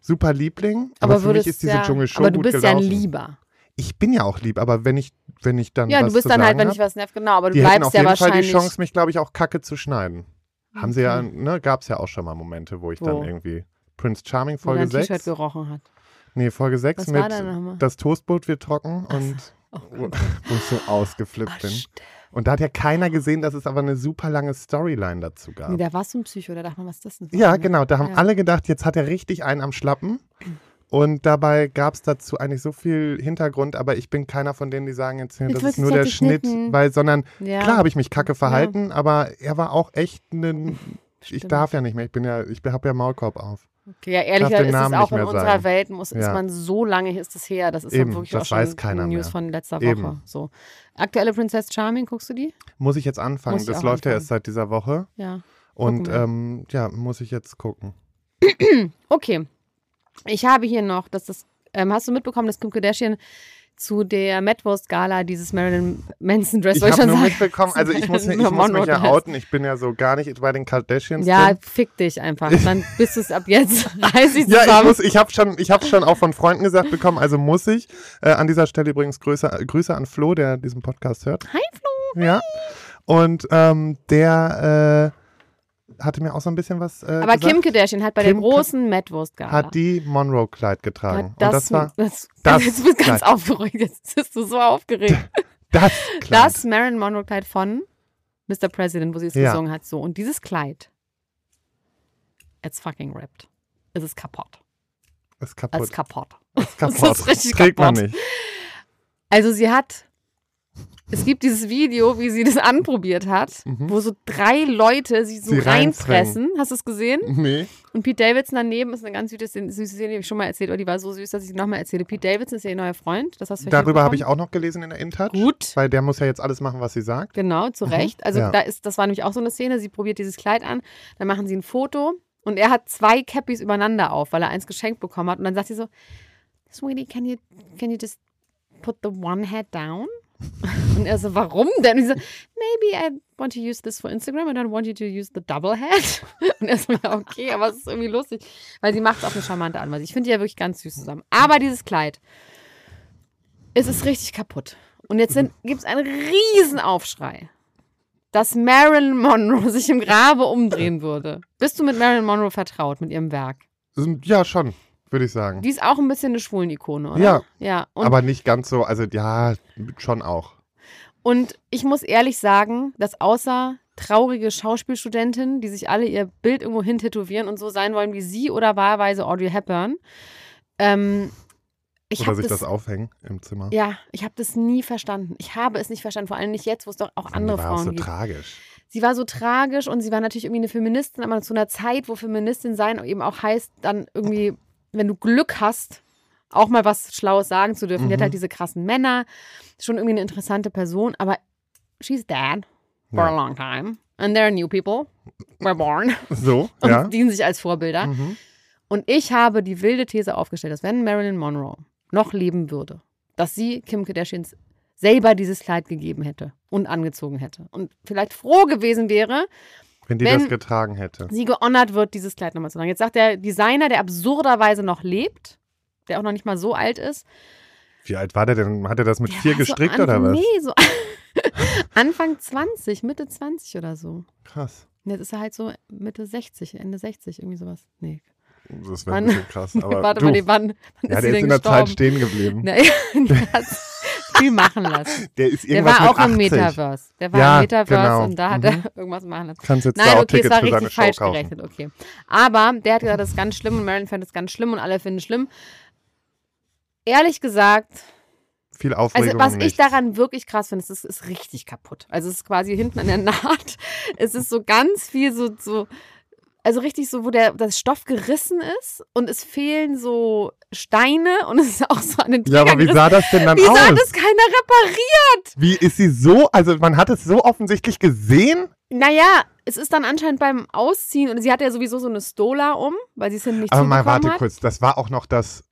[SPEAKER 2] super Liebling, aber, für mich
[SPEAKER 1] würdest
[SPEAKER 2] ist diese
[SPEAKER 1] ja,
[SPEAKER 2] Dschungel schon
[SPEAKER 1] Aber du
[SPEAKER 2] gut
[SPEAKER 1] bist
[SPEAKER 2] gelaufen.
[SPEAKER 1] ja ein Lieber.
[SPEAKER 2] Ich bin ja auch lieb, aber wenn ich, wenn ich dann
[SPEAKER 1] Ja,
[SPEAKER 2] was
[SPEAKER 1] du bist
[SPEAKER 2] zu
[SPEAKER 1] dann
[SPEAKER 2] sagen
[SPEAKER 1] halt, wenn
[SPEAKER 2] hab,
[SPEAKER 1] ich was nerv, genau, aber du
[SPEAKER 2] die hätten
[SPEAKER 1] bleibst
[SPEAKER 2] auf
[SPEAKER 1] ja
[SPEAKER 2] jeden Fall die
[SPEAKER 1] wahrscheinlich.
[SPEAKER 2] Chance, mich, glaube ich, auch Kacke zu schneiden. Haben sie ja,
[SPEAKER 1] Okay.
[SPEAKER 2] ne, gab es ja auch schon mal Momente, wo ich
[SPEAKER 1] Wo?
[SPEAKER 2] dann irgendwie Prince Charming
[SPEAKER 1] wo dein
[SPEAKER 2] Folge
[SPEAKER 1] T-Shirt
[SPEAKER 2] 6.
[SPEAKER 1] gerochen hat.
[SPEAKER 2] Nee, Folge 6
[SPEAKER 1] Was
[SPEAKER 2] mit
[SPEAKER 1] war da nochmal? genau.
[SPEAKER 2] Das Toastbrot wird trocken und
[SPEAKER 1] Oh
[SPEAKER 2] wo, wo ich so ausgeflippt bin. Und da hat ja keiner gesehen, dass es aber eine super lange Storyline dazu gab.
[SPEAKER 1] Nee, da warst du ein Psycho, da dachte man, was ist das denn? für
[SPEAKER 2] ja,
[SPEAKER 1] einer?
[SPEAKER 2] genau, da haben
[SPEAKER 1] Hm. Ja.
[SPEAKER 2] alle gedacht, jetzt hat er richtig einen am Schlappen. Und dabei gab es dazu eigentlich so viel Hintergrund, aber ich bin keiner von denen, die sagen, jetzt,
[SPEAKER 1] Jetzt
[SPEAKER 2] das
[SPEAKER 1] wird's
[SPEAKER 2] ist nur
[SPEAKER 1] jetzt
[SPEAKER 2] der Schnitt,
[SPEAKER 1] geschnitten.
[SPEAKER 2] weil, sondern
[SPEAKER 1] Ja.
[SPEAKER 2] Klar habe ich mich kacke verhalten, aber er war auch echt ein. Ich
[SPEAKER 1] Stimmt.
[SPEAKER 2] darf ja nicht mehr. Ich bin ja, ich habe ja Maulkorb auf.
[SPEAKER 1] Okay, Ja, ehrlich
[SPEAKER 2] darf
[SPEAKER 1] gesagt
[SPEAKER 2] den
[SPEAKER 1] ist es
[SPEAKER 2] Namen
[SPEAKER 1] auch
[SPEAKER 2] nicht
[SPEAKER 1] in
[SPEAKER 2] mehr
[SPEAKER 1] unserer
[SPEAKER 2] sagen.
[SPEAKER 1] Welt, muss, ist
[SPEAKER 2] Ja.
[SPEAKER 1] man so lange ist es her. Das ist
[SPEAKER 2] Eben,
[SPEAKER 1] dann wirklich
[SPEAKER 2] das
[SPEAKER 1] auch schon
[SPEAKER 2] weiß keiner
[SPEAKER 1] News
[SPEAKER 2] mehr.
[SPEAKER 1] von letzter Woche.
[SPEAKER 2] Eben.
[SPEAKER 1] So. Aktuelle Princess Charming, guckst du die?
[SPEAKER 2] Muss ich jetzt anfangen?
[SPEAKER 1] Muss ich
[SPEAKER 2] das
[SPEAKER 1] auch
[SPEAKER 2] läuft ja
[SPEAKER 1] anfangen.
[SPEAKER 2] erst seit dieser Woche
[SPEAKER 1] Ja.
[SPEAKER 2] und
[SPEAKER 1] wir.
[SPEAKER 2] ähm, ja, muss ich jetzt gucken.
[SPEAKER 1] Okay. Ich habe hier noch, dass das, ähm, hast du mitbekommen, dass Kim Kardashian zu der Madwurst Gala dieses Marilyn Manson Dress,
[SPEAKER 2] ich
[SPEAKER 1] wollte
[SPEAKER 2] habe
[SPEAKER 1] schon
[SPEAKER 2] nur
[SPEAKER 1] sagen.
[SPEAKER 2] mitbekommen. Also ich muss, ich
[SPEAKER 1] Nur
[SPEAKER 2] muss mich ja
[SPEAKER 1] Monodress.
[SPEAKER 2] outen. Ich bin ja so gar nicht bei den Kardashians.
[SPEAKER 1] Ja,
[SPEAKER 2] drin.
[SPEAKER 1] fick dich einfach. Dann bist du es ab jetzt. Reiß dich
[SPEAKER 2] Ja, ich
[SPEAKER 1] zusammen.
[SPEAKER 2] muss, ich habe schon, ich habe schon auch von Freunden gesagt bekommen. Also muss ich. Äh, an dieser Stelle übrigens Grüße, äh, Grüße an Flo, der diesen Podcast hört.
[SPEAKER 1] Hi, Flo.
[SPEAKER 2] Ja. Und ähm, der äh, hatte mir auch so ein bisschen was. Äh,
[SPEAKER 1] Aber
[SPEAKER 2] gesagt.
[SPEAKER 1] Kim Kardashian hat bei
[SPEAKER 2] Kim
[SPEAKER 1] der großen Madwurst Gala
[SPEAKER 2] hat die Monroe-Kleid
[SPEAKER 1] hat
[SPEAKER 2] getragen.
[SPEAKER 1] das,
[SPEAKER 2] und das war
[SPEAKER 1] das,
[SPEAKER 2] das
[SPEAKER 1] jetzt bist du ganz
[SPEAKER 2] Kleid.
[SPEAKER 1] aufgeregt. Jetzt bist du so aufgeregt.
[SPEAKER 2] das Kleid.
[SPEAKER 1] Das Marilyn Monroe Kleid von Mr. President, wo sie es
[SPEAKER 2] Ja.
[SPEAKER 1] gesungen hat, so und dieses Kleid it's fucking ripped. Es ist kaputt.
[SPEAKER 2] ist
[SPEAKER 1] Es
[SPEAKER 2] kaputt.
[SPEAKER 1] ist kaputt.
[SPEAKER 2] ist kaputt.
[SPEAKER 1] das ist richtig
[SPEAKER 2] Trägt man
[SPEAKER 1] kaputt.
[SPEAKER 2] nicht.
[SPEAKER 1] Also sie hat, es gibt dieses Video, wie sie das anprobiert hat, wo so drei Leute sie so
[SPEAKER 2] Mhm. Sie
[SPEAKER 1] reinfressen. Hast du es gesehen?
[SPEAKER 2] Nee.
[SPEAKER 1] Und Pete Davidson daneben ist eine ganz süße Szene, süße Szene, die habe ich schon mal erzählt, oder die war so süß, dass ich sie nochmal erzähle. Pete Davidson ist ihr neuer Freund, das hast du vielleicht
[SPEAKER 2] Darüber habe ich
[SPEAKER 1] mitbekommen.
[SPEAKER 2] auch noch gelesen in der InTouch.
[SPEAKER 1] Gut.
[SPEAKER 2] Weil der muss ja jetzt alles machen, was sie sagt.
[SPEAKER 1] Genau, zu Recht. Also
[SPEAKER 2] Ja.
[SPEAKER 1] da ist, das war nämlich auch so eine Szene, sie probiert dieses Kleid an, dann machen sie ein Foto und er hat zwei Cappies übereinander auf, weil er eins geschenkt bekommen hat. Und dann sagt sie so, Sweetie, can you, can you just put the one head down? Und er so, warum denn? Und sie so, maybe I want to use this for Instagram, I don't want you to use the double head. Und er so, ja, okay, aber es ist irgendwie lustig. Weil sie macht es auf eine charmante Art und Weise. Ich finde die ja wirklich ganz süß zusammen. Aber dieses Kleid, es ist richtig kaputt. Und jetzt gibt es einen riesen Aufschrei, dass Marilyn Monroe sich im Grabe umdrehen würde. Bist du mit Marilyn Monroe vertraut, mit ihrem Werk?
[SPEAKER 2] Ja, schon, würde ich sagen.
[SPEAKER 1] Die ist auch ein bisschen eine Schwulen-Ikone, oder?
[SPEAKER 2] Ja.
[SPEAKER 1] Ja, und
[SPEAKER 2] Aber nicht ganz so, also ja, schon auch.
[SPEAKER 1] Und ich muss ehrlich sagen, dass außer traurige Schauspielstudentinnen, die sich alle ihr Bild irgendwo hin tätowieren und so sein wollen wie sie oder wahlweise Audrey Hepburn, ähm, ich
[SPEAKER 2] Oder
[SPEAKER 1] habe
[SPEAKER 2] sich
[SPEAKER 1] das,
[SPEAKER 2] das aufhängen im Zimmer.
[SPEAKER 1] ja, ich habe das nie verstanden. Ich habe es nicht verstanden, vor allem nicht jetzt, wo es doch auch andere
[SPEAKER 2] war auch
[SPEAKER 1] Frauen
[SPEAKER 2] so
[SPEAKER 1] gibt.
[SPEAKER 2] tragisch.
[SPEAKER 1] Sie war so tragisch und sie war natürlich irgendwie eine Feministin, aber zu einer Zeit, wo Feministin sein eben auch heißt, dann irgendwie, wenn du Glück hast, auch mal was Schlaues sagen zu dürfen. Die hat
[SPEAKER 2] Mhm.
[SPEAKER 1] halt diese krassen Männer, schon irgendwie eine interessante Person, aber she's dead for a
[SPEAKER 2] Ja.
[SPEAKER 1] long time. And there are new people. We're born.
[SPEAKER 2] So,
[SPEAKER 1] Und
[SPEAKER 2] ja.
[SPEAKER 1] dienen sich als Vorbilder.
[SPEAKER 2] Mhm.
[SPEAKER 1] Und ich habe die wilde These aufgestellt, dass wenn Marilyn Monroe noch leben würde, dass sie Kim Kardashians selber dieses Kleid gegeben hätte und angezogen hätte und vielleicht froh gewesen wäre,
[SPEAKER 2] Wenn die
[SPEAKER 1] Wenn-
[SPEAKER 2] das getragen hätte.
[SPEAKER 1] sie geonnert wird, dieses Kleid nochmal zu tragen. Jetzt sagt der Designer, der absurderweise noch lebt, der auch noch nicht mal so alt ist.
[SPEAKER 2] Wie alt war der denn? Hat er das mit
[SPEAKER 1] der
[SPEAKER 2] vier
[SPEAKER 1] war
[SPEAKER 2] gestrickt
[SPEAKER 1] so an-
[SPEAKER 2] oder was?
[SPEAKER 1] Nee, so Anfang 20, Mitte 20 oder so.
[SPEAKER 2] Krass.
[SPEAKER 1] Und Jetzt ist er halt so Mitte 60, Ende 60, irgendwie sowas. Nee.
[SPEAKER 2] Das wäre
[SPEAKER 1] Wann-
[SPEAKER 2] ein bisschen krass. Aber
[SPEAKER 1] Warte
[SPEAKER 2] du,
[SPEAKER 1] mal, nee, wann, wann
[SPEAKER 2] ja,
[SPEAKER 1] ist
[SPEAKER 2] der
[SPEAKER 1] sie
[SPEAKER 2] ist
[SPEAKER 1] denn
[SPEAKER 2] in der Zeit
[SPEAKER 1] gestorben?
[SPEAKER 2] stehen geblieben.
[SPEAKER 1] Naja, der hat viel machen lassen.
[SPEAKER 2] Der ist
[SPEAKER 1] Der
[SPEAKER 2] irgendwas
[SPEAKER 1] war auch im
[SPEAKER 2] mit 80.
[SPEAKER 1] Metaverse. Der war
[SPEAKER 2] Ja,
[SPEAKER 1] im Metaverse
[SPEAKER 2] genau.
[SPEAKER 1] und da hat
[SPEAKER 2] Mhm.
[SPEAKER 1] er irgendwas machen lassen.
[SPEAKER 2] Kannst jetzt da
[SPEAKER 1] Nein,
[SPEAKER 2] auch
[SPEAKER 1] okay, es
[SPEAKER 2] Tickets
[SPEAKER 1] war
[SPEAKER 2] für seine
[SPEAKER 1] richtig
[SPEAKER 2] Show
[SPEAKER 1] falsch
[SPEAKER 2] kaufen.
[SPEAKER 1] gerechnet, okay. Aber der hat gesagt, das ist ganz schlimm und Marilyn fand das ganz schlimm und alle finden es schlimm. ehrlich gesagt,
[SPEAKER 2] Viel
[SPEAKER 1] also
[SPEAKER 2] Aufregung.
[SPEAKER 1] was ich
[SPEAKER 2] nichts.
[SPEAKER 1] daran wirklich krass finde, ist, es ist richtig kaputt. Also es ist quasi hinten an der Naht. Es ist so ganz viel so, so also richtig so, wo der das Stoff gerissen ist und es fehlen so Steine und es ist auch so an den
[SPEAKER 2] Ja,
[SPEAKER 1] Trägern
[SPEAKER 2] aber wie
[SPEAKER 1] gerissen.
[SPEAKER 2] sah das denn dann
[SPEAKER 1] Wieso hat
[SPEAKER 2] aus?
[SPEAKER 1] es keiner repariert?
[SPEAKER 2] Wie ist sie so? Also man hat es so offensichtlich gesehen,
[SPEAKER 1] Naja, es ist dann anscheinend beim Ausziehen und sie hat ja sowieso so eine Stola um, weil sie es hinten nicht
[SPEAKER 2] aber mal
[SPEAKER 1] zubekommen
[SPEAKER 2] warte
[SPEAKER 1] hat.
[SPEAKER 2] kurz. Das war auch noch das.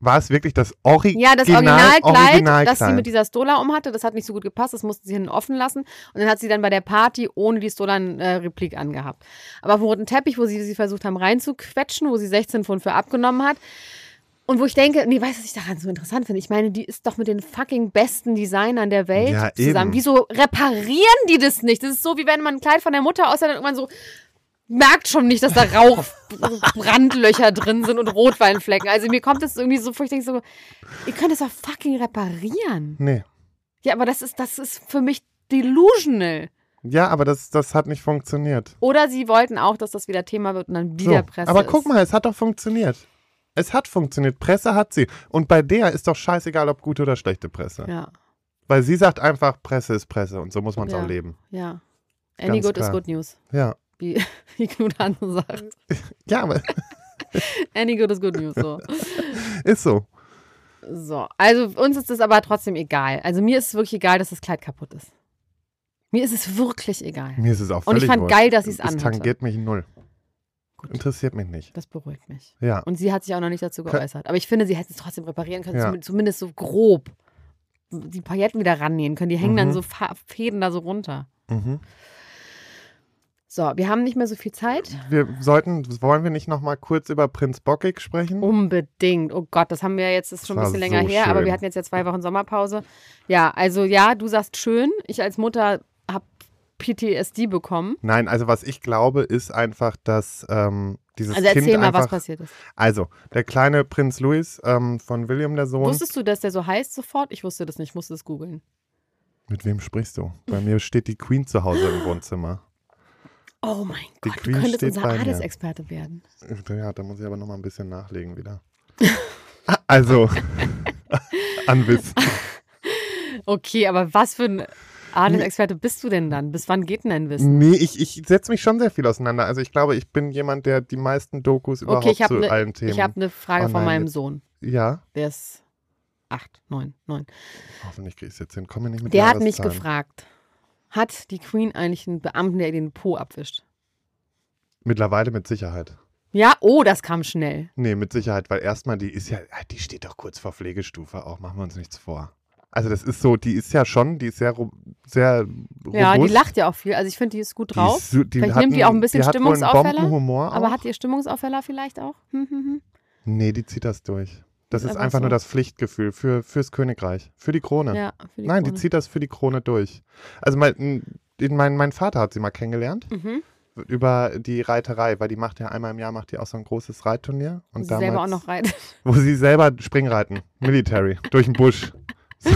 [SPEAKER 2] War es wirklich das Original?
[SPEAKER 1] Ja, das Originalkleid, das sie
[SPEAKER 2] Originalkleid?
[SPEAKER 1] mit dieser Stola umhatte, das hat nicht so gut gepasst, das mussten sie hinten offen lassen. Und dann hat sie dann bei der Party ohne die Stola einen äh, Replik angehabt. Aber auf dem roten Teppich, wo sie sie versucht haben reinzuquetschen, wo sie 16 Pfund für abgenommen hat. Und wo ich denke, nee, weißt du, was ich daran so interessant finde? Ich meine, die ist doch mit den fucking besten Designern der Welt
[SPEAKER 2] Ja,
[SPEAKER 1] zusammen.
[SPEAKER 2] eben.
[SPEAKER 1] Wieso reparieren die das nicht? Das ist so, wie wenn man ein Kleid von der Mutter aussieht und irgendwann so, merkt schon nicht, dass da Rauch, Brandlöcher drin sind und Rotweinflecken. Also mir kommt das irgendwie so vor, ich denke so, ihr könnt das doch fucking reparieren.
[SPEAKER 2] Nee.
[SPEAKER 1] Ja, aber das ist, das ist für mich delusional.
[SPEAKER 2] Ja, aber das, das hat nicht funktioniert.
[SPEAKER 1] Oder sie wollten auch, dass das wieder Thema wird und dann
[SPEAKER 2] So,
[SPEAKER 1] wieder Presse
[SPEAKER 2] aber
[SPEAKER 1] ist.
[SPEAKER 2] guck mal, es hat doch funktioniert. Es hat funktioniert. Presse hat sie. Und bei der ist doch scheißegal, ob gute oder schlechte Presse.
[SPEAKER 1] Ja,
[SPEAKER 2] Weil sie sagt einfach, Presse ist Presse und so muss man es
[SPEAKER 1] Ja.
[SPEAKER 2] auch leben.
[SPEAKER 1] ja. Any
[SPEAKER 2] Ganz
[SPEAKER 1] good is
[SPEAKER 2] klar.
[SPEAKER 1] good news,
[SPEAKER 2] Ja.
[SPEAKER 1] wie, wie Knut Hansen sagt.
[SPEAKER 2] Ja, aber
[SPEAKER 1] Any good is good news, so.
[SPEAKER 2] ist so.
[SPEAKER 1] So, also uns ist es aber trotzdem egal. Also mir ist es wirklich egal, dass das Kleid kaputt ist. Mir ist es wirklich egal.
[SPEAKER 2] Mir ist es auch
[SPEAKER 1] Und
[SPEAKER 2] völlig
[SPEAKER 1] ich fand
[SPEAKER 2] wurscht.
[SPEAKER 1] geil, dass sie es
[SPEAKER 2] Es
[SPEAKER 1] anhatte.
[SPEAKER 2] tangiert mich null. Interessiert mich nicht.
[SPEAKER 1] Das beruhigt mich.
[SPEAKER 2] Ja.
[SPEAKER 1] Und sie hat sich auch noch nicht dazu
[SPEAKER 2] Kö-
[SPEAKER 1] geäußert. Aber ich finde, sie hätte es trotzdem reparieren können,
[SPEAKER 2] Ja.
[SPEAKER 1] zumi- zumindest so grob. Die Pailletten wieder rannähen können. Die hängen dann
[SPEAKER 2] Mhm.
[SPEAKER 1] so Fa- Fäden da so runter.
[SPEAKER 2] Mhm.
[SPEAKER 1] So, wir haben nicht mehr so viel Zeit.
[SPEAKER 2] Wir sollten, wollen wir nicht nochmal kurz über Prinz Bockig sprechen?
[SPEAKER 1] Unbedingt. Oh Gott, das haben wir jetzt, das ist schon ein
[SPEAKER 2] Mhm. Das
[SPEAKER 1] bisschen
[SPEAKER 2] war
[SPEAKER 1] länger
[SPEAKER 2] so
[SPEAKER 1] her, aber wir
[SPEAKER 2] schön.
[SPEAKER 1] hatten jetzt ja zwei Wochen Sommerpause. Ja, also ja, du sagst schön. Ich als Mutter habe PTSD bekommen.
[SPEAKER 2] Nein, also was ich glaube, ist einfach, dass ähm, dieses
[SPEAKER 1] Also erzähl
[SPEAKER 2] Kind
[SPEAKER 1] mal,
[SPEAKER 2] einfach,
[SPEAKER 1] was passiert ist.
[SPEAKER 2] Also, der kleine Prinz Louis ähm, von William, der Sohn.
[SPEAKER 1] Wusstest du, dass der so heißt sofort? Ich wusste das nicht, ich musste es googeln.
[SPEAKER 2] Mit wem sprichst du? Bei mir steht die Queen zu Hause im Wohnzimmer.
[SPEAKER 1] Oh mein
[SPEAKER 2] Die
[SPEAKER 1] Gott, du
[SPEAKER 2] Queen
[SPEAKER 1] könntest
[SPEAKER 2] steht
[SPEAKER 1] unser
[SPEAKER 2] bei mir.
[SPEAKER 1] Adelsexperte werden.
[SPEAKER 2] Ja, da muss ich aber nochmal ein bisschen nachlegen wieder. Ah, also, an Wissen.
[SPEAKER 1] Okay, aber was für ein Adelsexperte bist du denn dann? Bis wann geht denn dein Wissen?
[SPEAKER 2] Nee, ich, ich setze mich schon sehr viel auseinander. Also ich glaube, ich bin jemand, der die meisten Dokus überhaupt
[SPEAKER 1] Okay, ich
[SPEAKER 2] zu
[SPEAKER 1] habe
[SPEAKER 2] allen Themen.
[SPEAKER 1] habe eine Frage von
[SPEAKER 2] online
[SPEAKER 1] meinem
[SPEAKER 2] jetzt-
[SPEAKER 1] Sohn.
[SPEAKER 2] ja,
[SPEAKER 1] Der ist acht, neun, neun.
[SPEAKER 2] hoffentlich kriege ich es jetzt hin. Komm mir nicht mit
[SPEAKER 1] Der hat mich
[SPEAKER 2] Jahreszahlen.
[SPEAKER 1] gefragt, hat die Queen eigentlich einen Beamten, der ihr den Po abwischt?
[SPEAKER 2] Mittlerweile mit Sicherheit.
[SPEAKER 1] Ja, oh, das kam schnell.
[SPEAKER 2] Nee, mit Sicherheit, weil erstmal die ist ja, ah, die steht doch kurz vor Pflegestufe auch, machen wir uns nichts vor. Also das ist so, die ist ja schon, die ist sehr, ro- sehr robust.
[SPEAKER 1] Ja, die lacht ja auch viel. Also ich finde, die ist gut
[SPEAKER 2] Die ist
[SPEAKER 1] drauf.
[SPEAKER 2] so- die
[SPEAKER 1] Vielleicht
[SPEAKER 2] hat
[SPEAKER 1] nimmt die
[SPEAKER 2] einen-
[SPEAKER 1] auch ein bisschen
[SPEAKER 2] die hat wohl einen
[SPEAKER 1] Stimmungsaufheller,
[SPEAKER 2] Bombenhumor
[SPEAKER 1] Aber
[SPEAKER 2] auch.
[SPEAKER 1] hat ihr Stimmungsaufheller vielleicht auch? Hm, hm, hm.
[SPEAKER 2] Nee, die zieht das durch. Das ist
[SPEAKER 1] Aber
[SPEAKER 2] einfach
[SPEAKER 1] so.
[SPEAKER 2] nur das Pflichtgefühl für, fürs Königreich, für die Krone.
[SPEAKER 1] Ja, für die
[SPEAKER 2] Nein,
[SPEAKER 1] Krone.
[SPEAKER 2] die zieht das für die Krone durch. Also mein, den- mein, mein Vater hat sie mal kennengelernt
[SPEAKER 1] Mhm.
[SPEAKER 2] über die Reiterei, weil die macht ja einmal im Jahr macht die auch so ein großes Reitturnier
[SPEAKER 1] Und
[SPEAKER 2] und
[SPEAKER 1] sie
[SPEAKER 2] damals,
[SPEAKER 1] selber auch noch rein.
[SPEAKER 2] wo sie selber Springreiten, Military durch den Busch. So.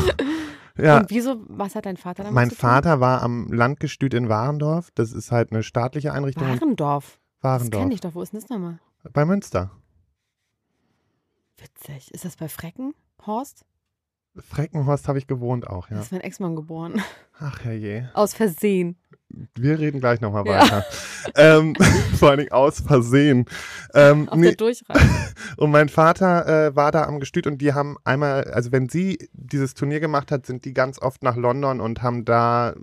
[SPEAKER 2] Ja.
[SPEAKER 1] Und wieso, was hat dein Vater damit
[SPEAKER 2] mein
[SPEAKER 1] zu tun?
[SPEAKER 2] Vater war am Landgestüt in Warendorf. Das ist halt eine staatliche Einrichtung. in
[SPEAKER 1] Warendorf. Das
[SPEAKER 2] Warendorf.
[SPEAKER 1] kenne ich doch. Wo ist denn das nochmal?
[SPEAKER 2] Bei Münster.
[SPEAKER 1] Witzig. Ist das bei Frecken? Horst?
[SPEAKER 2] Freckenhorst habe ich gewohnt auch,
[SPEAKER 1] Da
[SPEAKER 2] ja.
[SPEAKER 1] ist mein Ex-Mann geboren.
[SPEAKER 2] Ach herrje.
[SPEAKER 1] Aus Versehen.
[SPEAKER 2] Wir reden gleich nochmal
[SPEAKER 1] Ja.
[SPEAKER 2] weiter. Ähm, vor allen Dingen aus Versehen. Ähm,
[SPEAKER 1] Auf der
[SPEAKER 2] nee,
[SPEAKER 1] Durchreise.
[SPEAKER 2] und mein Vater äh, war da am Gestüt und die haben einmal, also wenn sie dieses Turnier gemacht hat, sind die ganz oft nach London und haben da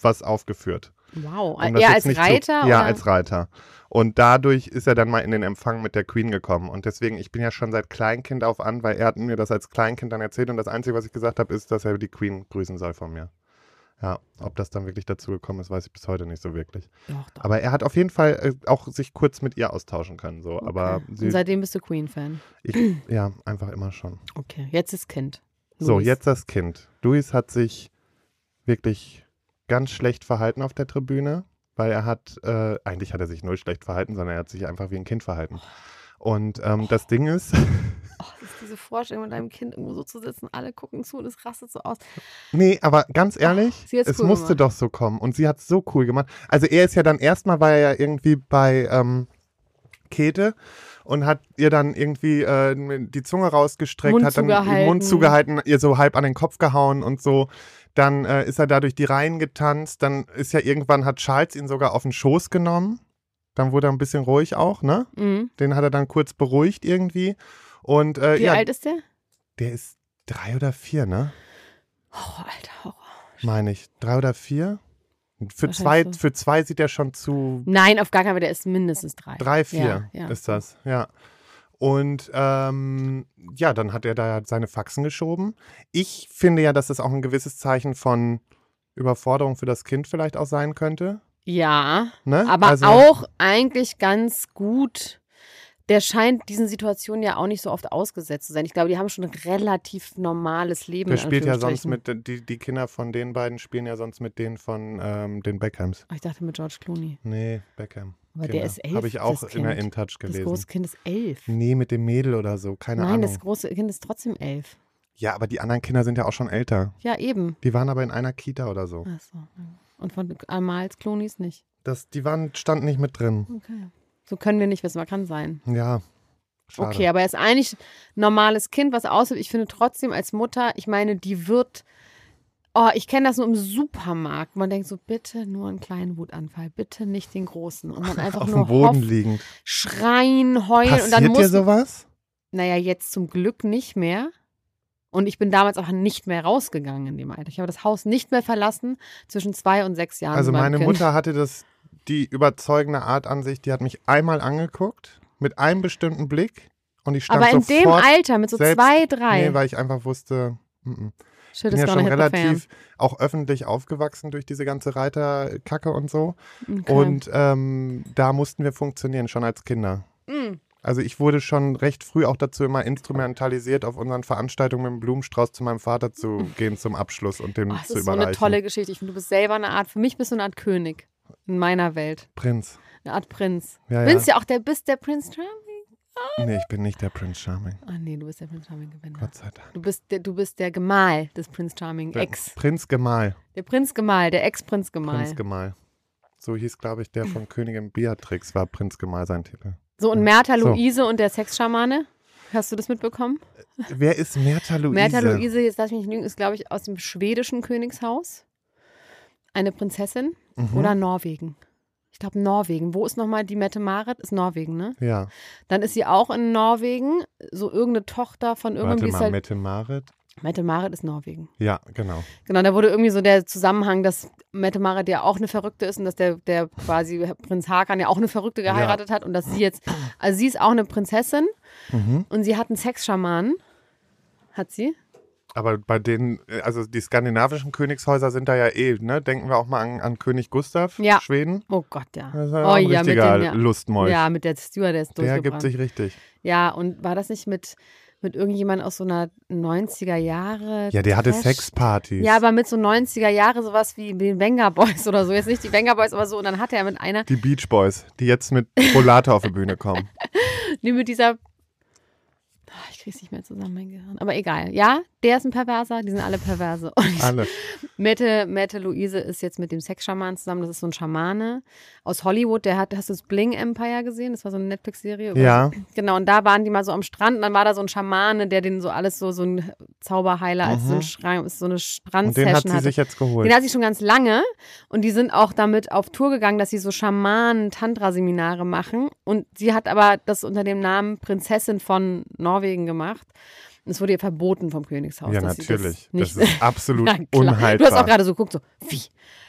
[SPEAKER 2] was aufgeführt.
[SPEAKER 1] Wow.
[SPEAKER 2] Um
[SPEAKER 1] Eher
[SPEAKER 2] das jetzt
[SPEAKER 1] als
[SPEAKER 2] nicht zu-
[SPEAKER 1] Reiter?
[SPEAKER 2] ja,
[SPEAKER 1] oder?
[SPEAKER 2] als Reiter. Und dadurch ist er dann mal in den Empfang mit der Queen gekommen. Und deswegen, ich bin ja schon seit Kleinkind auf an, weil er hat mir das als Kleinkind dann erzählt. Und das Einzige, was ich gesagt habe, ist, dass er die Queen grüßen soll von mir. Ja, ob das dann wirklich dazu gekommen ist, weiß ich bis heute nicht so wirklich.
[SPEAKER 1] Doch, doch.
[SPEAKER 2] Aber er hat auf jeden Fall äh, auch sich kurz mit ihr austauschen können. So. Aber
[SPEAKER 1] Okay. Und
[SPEAKER 2] sie,
[SPEAKER 1] seitdem bist du Queen-Fan.
[SPEAKER 2] ich, ja, einfach immer schon.
[SPEAKER 1] Okay. Jetzt ist Kind.
[SPEAKER 2] So,
[SPEAKER 1] Louis.
[SPEAKER 2] jetzt das Kind. Luis hat sich wirklich ganz schlecht verhalten auf der Tribüne, weil er hat, äh, eigentlich hat er sich null schlecht verhalten, sondern er hat sich einfach wie ein Kind verhalten. Und ähm, das Ding ist,
[SPEAKER 1] Oh, das ist diese Vorstellung, mit einem Kind irgendwo so zu sitzen, alle gucken zu und es rastet so aus.
[SPEAKER 2] nee, aber ganz ehrlich,
[SPEAKER 1] sie hat's
[SPEAKER 2] es
[SPEAKER 1] cool
[SPEAKER 2] musste
[SPEAKER 1] gemacht.
[SPEAKER 2] doch so kommen. Und sie hat es so cool gemacht. Also er ist ja dann erstmal, war er ja irgendwie bei, ähm, Käthe und hat ihr dann irgendwie äh, die Zunge rausgestreckt,
[SPEAKER 1] Mund
[SPEAKER 2] hat dann den
[SPEAKER 1] zugehalten.
[SPEAKER 2] Mund zugehalten, ihr so halb an den Kopf gehauen und so. Dann äh, ist er da durch die Reihen getanzt. Dann ist ja irgendwann, hat Charles ihn sogar auf den Schoß genommen. Dann wurde er ein bisschen ruhig auch, ne?
[SPEAKER 1] Mhm.
[SPEAKER 2] Den hat er dann kurz beruhigt irgendwie. Und äh,
[SPEAKER 1] Wie
[SPEAKER 2] ja,
[SPEAKER 1] alt ist der?
[SPEAKER 2] der ist drei oder vier, ne?
[SPEAKER 1] Oh, alter Horror.
[SPEAKER 2] Meine ich. Drei oder vier? Für
[SPEAKER 1] Wahrscheinlich
[SPEAKER 2] zwei,
[SPEAKER 1] so.
[SPEAKER 2] für zwei sieht er schon zu
[SPEAKER 1] Nein, auf gar keinen Fall, der ist mindestens drei.
[SPEAKER 2] Drei, vier
[SPEAKER 1] Ja, ja.
[SPEAKER 2] ist das, ja. Und ähm, ja, dann hat er da seine Faxen geschoben. Ich finde ja, dass das auch ein gewisses Zeichen von Überforderung für das Kind vielleicht auch sein könnte.
[SPEAKER 1] Ja,
[SPEAKER 2] Ne?
[SPEAKER 1] aber
[SPEAKER 2] also,
[SPEAKER 1] auch eigentlich ganz gut. Der scheint diesen Situationen ja auch nicht so oft ausgesetzt zu sein. Ich glaube, die haben schon ein relativ normales Leben.
[SPEAKER 2] Der
[SPEAKER 1] in
[SPEAKER 2] spielt ja sonst
[SPEAKER 1] Anführungsstrichen.
[SPEAKER 2] mit, die, die Kinder von den beiden spielen ja sonst mit denen von ähm, den Beckhams.
[SPEAKER 1] Oh, Ich dachte mit George Clooney.
[SPEAKER 2] Nee, Beckham.
[SPEAKER 1] Aber der ist elf.
[SPEAKER 2] Habe Genau. ich auch
[SPEAKER 1] das
[SPEAKER 2] in der
[SPEAKER 1] Kind.
[SPEAKER 2] InTouch
[SPEAKER 1] Das
[SPEAKER 2] gelesen.
[SPEAKER 1] große Kind ist elf.
[SPEAKER 2] Nee, mit dem Mädel oder so, keine
[SPEAKER 1] Nein, das
[SPEAKER 2] Ahnung.
[SPEAKER 1] große Kind ist trotzdem elf.
[SPEAKER 2] Ja, aber die anderen Kinder sind ja auch schon älter.
[SPEAKER 1] Ja, eben.
[SPEAKER 2] Die waren aber in einer Kita oder so.
[SPEAKER 1] Ach so. Und von Amals Clooney's nicht.
[SPEAKER 2] Das, die waren, standen nicht mit drin.
[SPEAKER 1] Okay. So können wir nicht wissen, man kann sein.
[SPEAKER 2] Ja. Schade.
[SPEAKER 1] Okay, aber er ist eigentlich ein normales Kind, was aussieht. Ich finde trotzdem als Mutter, ich meine, die wird. Oh, ich kenne das nur im Supermarkt. Man denkt so, bitte nur einen kleinen Wutanfall, bitte nicht den großen. Und man einfach
[SPEAKER 2] Auf
[SPEAKER 1] nur
[SPEAKER 2] dem Boden
[SPEAKER 1] hofft,
[SPEAKER 2] liegend.
[SPEAKER 1] schreien, heulen und dann
[SPEAKER 2] Passiert dir
[SPEAKER 1] muss.
[SPEAKER 2] sowas?
[SPEAKER 1] Naja, jetzt zum Glück nicht mehr. Und ich bin damals auch nicht mehr rausgegangen in dem Alter. Ich habe das Haus nicht mehr verlassen zwischen zwei und sechs Jahren.
[SPEAKER 2] Also
[SPEAKER 1] mit meinem
[SPEAKER 2] meine
[SPEAKER 1] kind.
[SPEAKER 2] Mutter hatte das, die überzeugende Art an sich, die hat mich einmal angeguckt, mit einem bestimmten Blick und ich stand
[SPEAKER 1] Aber in
[SPEAKER 2] sofort,
[SPEAKER 1] dem Alter, mit so
[SPEAKER 2] selbst-
[SPEAKER 1] zwei, drei.
[SPEAKER 2] Nee, weil ich einfach wusste, mm, mm. ich
[SPEAKER 1] Shit
[SPEAKER 2] bin
[SPEAKER 1] is
[SPEAKER 2] ja
[SPEAKER 1] gonna
[SPEAKER 2] schon
[SPEAKER 1] hit the
[SPEAKER 2] relativ auch öffentlich aufgewachsen durch diese ganze Reiterkacke und so.
[SPEAKER 1] fan. Okay.
[SPEAKER 2] Und ähm, da mussten wir funktionieren, schon als Kinder.
[SPEAKER 1] Mm.
[SPEAKER 2] Also ich wurde schon recht früh auch dazu immer instrumentalisiert, auf unseren Veranstaltungen mit dem Blumenstrauß zu meinem Vater zu gehen zum Abschluss und dem
[SPEAKER 1] Oh, Hm. das
[SPEAKER 2] zu
[SPEAKER 1] ist so
[SPEAKER 2] überreichen.
[SPEAKER 1] eine tolle Geschichte. Ich finde, du bist selber eine Art, für mich bist du eine Art König in meiner Welt.
[SPEAKER 2] Prinz.
[SPEAKER 1] Eine Art Prinz.
[SPEAKER 2] Ja,
[SPEAKER 1] Du
[SPEAKER 2] ja.
[SPEAKER 1] bist ja auch der, bist der Prinz Charming?
[SPEAKER 2] Nee, ich bin nicht der Prinz Charming.
[SPEAKER 1] Ah nee, du bist der Prinz Charming Gewinner.
[SPEAKER 2] Gott sei Dank.
[SPEAKER 1] Du bist, der, du bist der Gemahl des Prinz Charming,
[SPEAKER 2] Der
[SPEAKER 1] Ex.
[SPEAKER 2] Prinz Gemahl.
[SPEAKER 1] Der Prinz Gemahl, der Ex-Prinz Gemahl.
[SPEAKER 2] Prinz Gemahl. So hieß, glaube ich, der von Königin Beatrix war Prinz Gemahl sein Titel.
[SPEAKER 1] so, und
[SPEAKER 2] Ja.
[SPEAKER 1] Mertha
[SPEAKER 2] So.
[SPEAKER 1] Luise und der Sexschamane. Hast du das mitbekommen?
[SPEAKER 2] Wer ist Mertha Luise?
[SPEAKER 1] Mertha Luise, jetzt lass mich nicht lügen, ist, glaube ich, aus dem schwedischen Königshaus. Eine Prinzessin
[SPEAKER 2] Mhm.
[SPEAKER 1] oder Norwegen. Ich glaube, Norwegen. Wo ist nochmal die Mette Marit? Ist Norwegen, ne?
[SPEAKER 2] Ja,
[SPEAKER 1] Dann ist sie auch in Norwegen, so irgendeine Tochter von
[SPEAKER 2] warte
[SPEAKER 1] irgendwie.
[SPEAKER 2] mal,
[SPEAKER 1] ist halt,
[SPEAKER 2] Mette Marit.
[SPEAKER 1] Mette Marit ist Norwegen.
[SPEAKER 2] Ja, genau.
[SPEAKER 1] Genau, da wurde irgendwie so der Zusammenhang, dass Mette Marit ja auch eine Verrückte ist und dass der, der quasi Prinz Hakan ja auch eine Verrückte geheiratet hat und dass sie jetzt, also sie ist auch eine Prinzessin
[SPEAKER 2] Mhm.
[SPEAKER 1] und sie hat einen Sexschamanen. Hat sie?
[SPEAKER 2] Aber bei den, also die skandinavischen Königshäuser sind da ja eh, ne? Denken wir auch mal an, an König Gustav,
[SPEAKER 1] Ja.
[SPEAKER 2] Schweden.
[SPEAKER 1] Oh Gott, ja.
[SPEAKER 2] Das ist ja
[SPEAKER 1] oh
[SPEAKER 2] auch ein richtiger
[SPEAKER 1] ja.
[SPEAKER 2] Lustmolch.
[SPEAKER 1] Ja, mit der Stewardess
[SPEAKER 2] der
[SPEAKER 1] durchgebrannt.
[SPEAKER 2] gibt sich richtig.
[SPEAKER 1] Ja, und war das nicht mit, mit irgendjemand aus so einer 90er Jahre?
[SPEAKER 2] Ja, der hatte
[SPEAKER 1] Trash-
[SPEAKER 2] Sexpartys.
[SPEAKER 1] Ja, aber mit so 90er Jahre sowas wie den Venga Boys oder so. Jetzt nicht die Venga Boys, aber so. Und dann hat er mit einer,
[SPEAKER 2] die Beach Boys, die jetzt mit Rollator auf die Bühne kommen.
[SPEAKER 1] nee, mit dieser. Ah, Ich krieg's nicht mehr zusammen, mein Gehirn. Aber egal. Ja, der ist ein Perverser, die sind alle Perverse. Und
[SPEAKER 2] Alle.
[SPEAKER 1] Mette, Mette Luise ist jetzt mit dem Sexschaman zusammen. Das ist so ein Schamane aus Hollywood. Der hat, hast du das Bling Empire gesehen? Das war so eine Netflix-Serie. über-
[SPEAKER 2] Ja.
[SPEAKER 1] Genau, und da waren die mal so am Strand und dann war da so ein Schamane, der den so alles so, so ein Zauberheiler, als so,
[SPEAKER 2] Mhm.
[SPEAKER 1] ein Schrein, so eine
[SPEAKER 2] Und den hat
[SPEAKER 1] Strandsession
[SPEAKER 2] sie
[SPEAKER 1] hatte.
[SPEAKER 2] sich jetzt
[SPEAKER 1] Den
[SPEAKER 2] geholt.
[SPEAKER 1] hat sie schon ganz lange und die sind auch damit auf Tour gegangen, dass sie so Schamanen-Tantra-Seminare machen. Und sie hat aber das unter dem Namen Prinzessin von Norwegen gemacht. Und es wurde ihr verboten vom Königshaus.
[SPEAKER 2] Ja,
[SPEAKER 1] dass sie
[SPEAKER 2] natürlich.
[SPEAKER 1] Das,
[SPEAKER 2] Das,
[SPEAKER 1] nicht
[SPEAKER 2] ist absolut
[SPEAKER 1] Na klar.
[SPEAKER 2] unhaltbar.
[SPEAKER 1] Du hast auch gerade so geguckt, so, wie?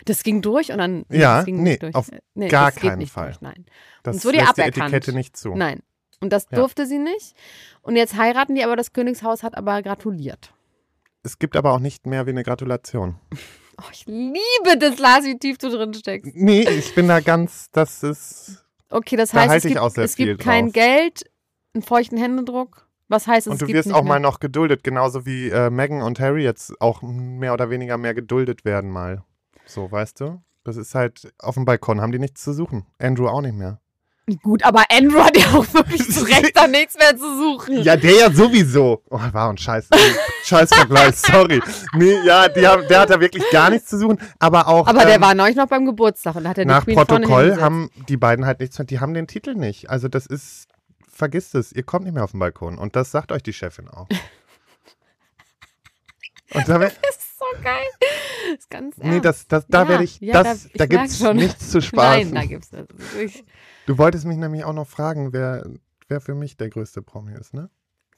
[SPEAKER 1] Das ging durch und dann.
[SPEAKER 2] Ja,
[SPEAKER 1] das ging
[SPEAKER 2] nee,
[SPEAKER 1] durch. Äh,
[SPEAKER 2] auf
[SPEAKER 1] nee,
[SPEAKER 2] gar
[SPEAKER 1] das geht
[SPEAKER 2] keinen
[SPEAKER 1] nicht
[SPEAKER 2] Fall.
[SPEAKER 1] Durch, nein.
[SPEAKER 2] das
[SPEAKER 1] es wurde ihr
[SPEAKER 2] lässt die
[SPEAKER 1] aberkannt.
[SPEAKER 2] Etikette nicht zu.
[SPEAKER 1] Nein. Und das
[SPEAKER 2] Ja.
[SPEAKER 1] durfte sie nicht. Und jetzt heiraten die, aber das Königshaus hat aber gratuliert.
[SPEAKER 2] Es gibt aber auch nicht mehr wie eine Gratulation.
[SPEAKER 1] Oh, ich liebe das, Lars, wie tief du drin steckst.
[SPEAKER 2] Nee, ich bin da ganz, das ist.
[SPEAKER 1] Okay, das
[SPEAKER 2] Da
[SPEAKER 1] heißt,
[SPEAKER 2] halte
[SPEAKER 1] es
[SPEAKER 2] ich
[SPEAKER 1] gibt,
[SPEAKER 2] auch sehr
[SPEAKER 1] es
[SPEAKER 2] viel
[SPEAKER 1] gibt kein
[SPEAKER 2] drauf.
[SPEAKER 1] Geld, einen feuchten Händedruck. Was heißt es?
[SPEAKER 2] und
[SPEAKER 1] es
[SPEAKER 2] du
[SPEAKER 1] gibt
[SPEAKER 2] wirst
[SPEAKER 1] nicht
[SPEAKER 2] auch
[SPEAKER 1] mehr.
[SPEAKER 2] mal noch geduldet, genauso wie äh, Meghan und Harry jetzt auch mehr oder weniger mehr geduldet werden mal. So, weißt du? Das ist halt auf dem Balkon, haben die nichts zu suchen. Andrew auch nicht mehr.
[SPEAKER 1] Gut, aber Andrew hat ja auch wirklich zu Recht da nichts mehr zu suchen.
[SPEAKER 2] Ja, der ja sowieso. Oh, war ein Scheiß. scheiß Vergleich, sorry. Nee, ja, die haben, der hat da wirklich gar nichts zu suchen, aber auch
[SPEAKER 1] Aber der
[SPEAKER 2] ähm,
[SPEAKER 1] war neulich noch beim Geburtstag und da hat er die
[SPEAKER 2] nach
[SPEAKER 1] Queen vorne
[SPEAKER 2] Protokoll
[SPEAKER 1] hingesetzt.
[SPEAKER 2] haben die beiden halt nichts, die haben den Titel nicht. Also das ist, vergisst es, ihr kommt nicht mehr auf den Balkon und das sagt euch die Chefin auch. Und da, wär,
[SPEAKER 1] Das ist so geil. Das ist ganz
[SPEAKER 2] nee,
[SPEAKER 1] ernst.
[SPEAKER 2] das, das, da
[SPEAKER 1] Ja,
[SPEAKER 2] werde ich,
[SPEAKER 1] ja,
[SPEAKER 2] das,
[SPEAKER 1] da- ich
[SPEAKER 2] da,
[SPEAKER 1] merk
[SPEAKER 2] gibt's
[SPEAKER 1] schon.
[SPEAKER 2] nichts zu
[SPEAKER 1] Nein,
[SPEAKER 2] spaßen.
[SPEAKER 1] da gibt's das. Ich,
[SPEAKER 2] du wolltest mich nämlich auch noch fragen, wer, wer für mich der größte Promi ist, ne?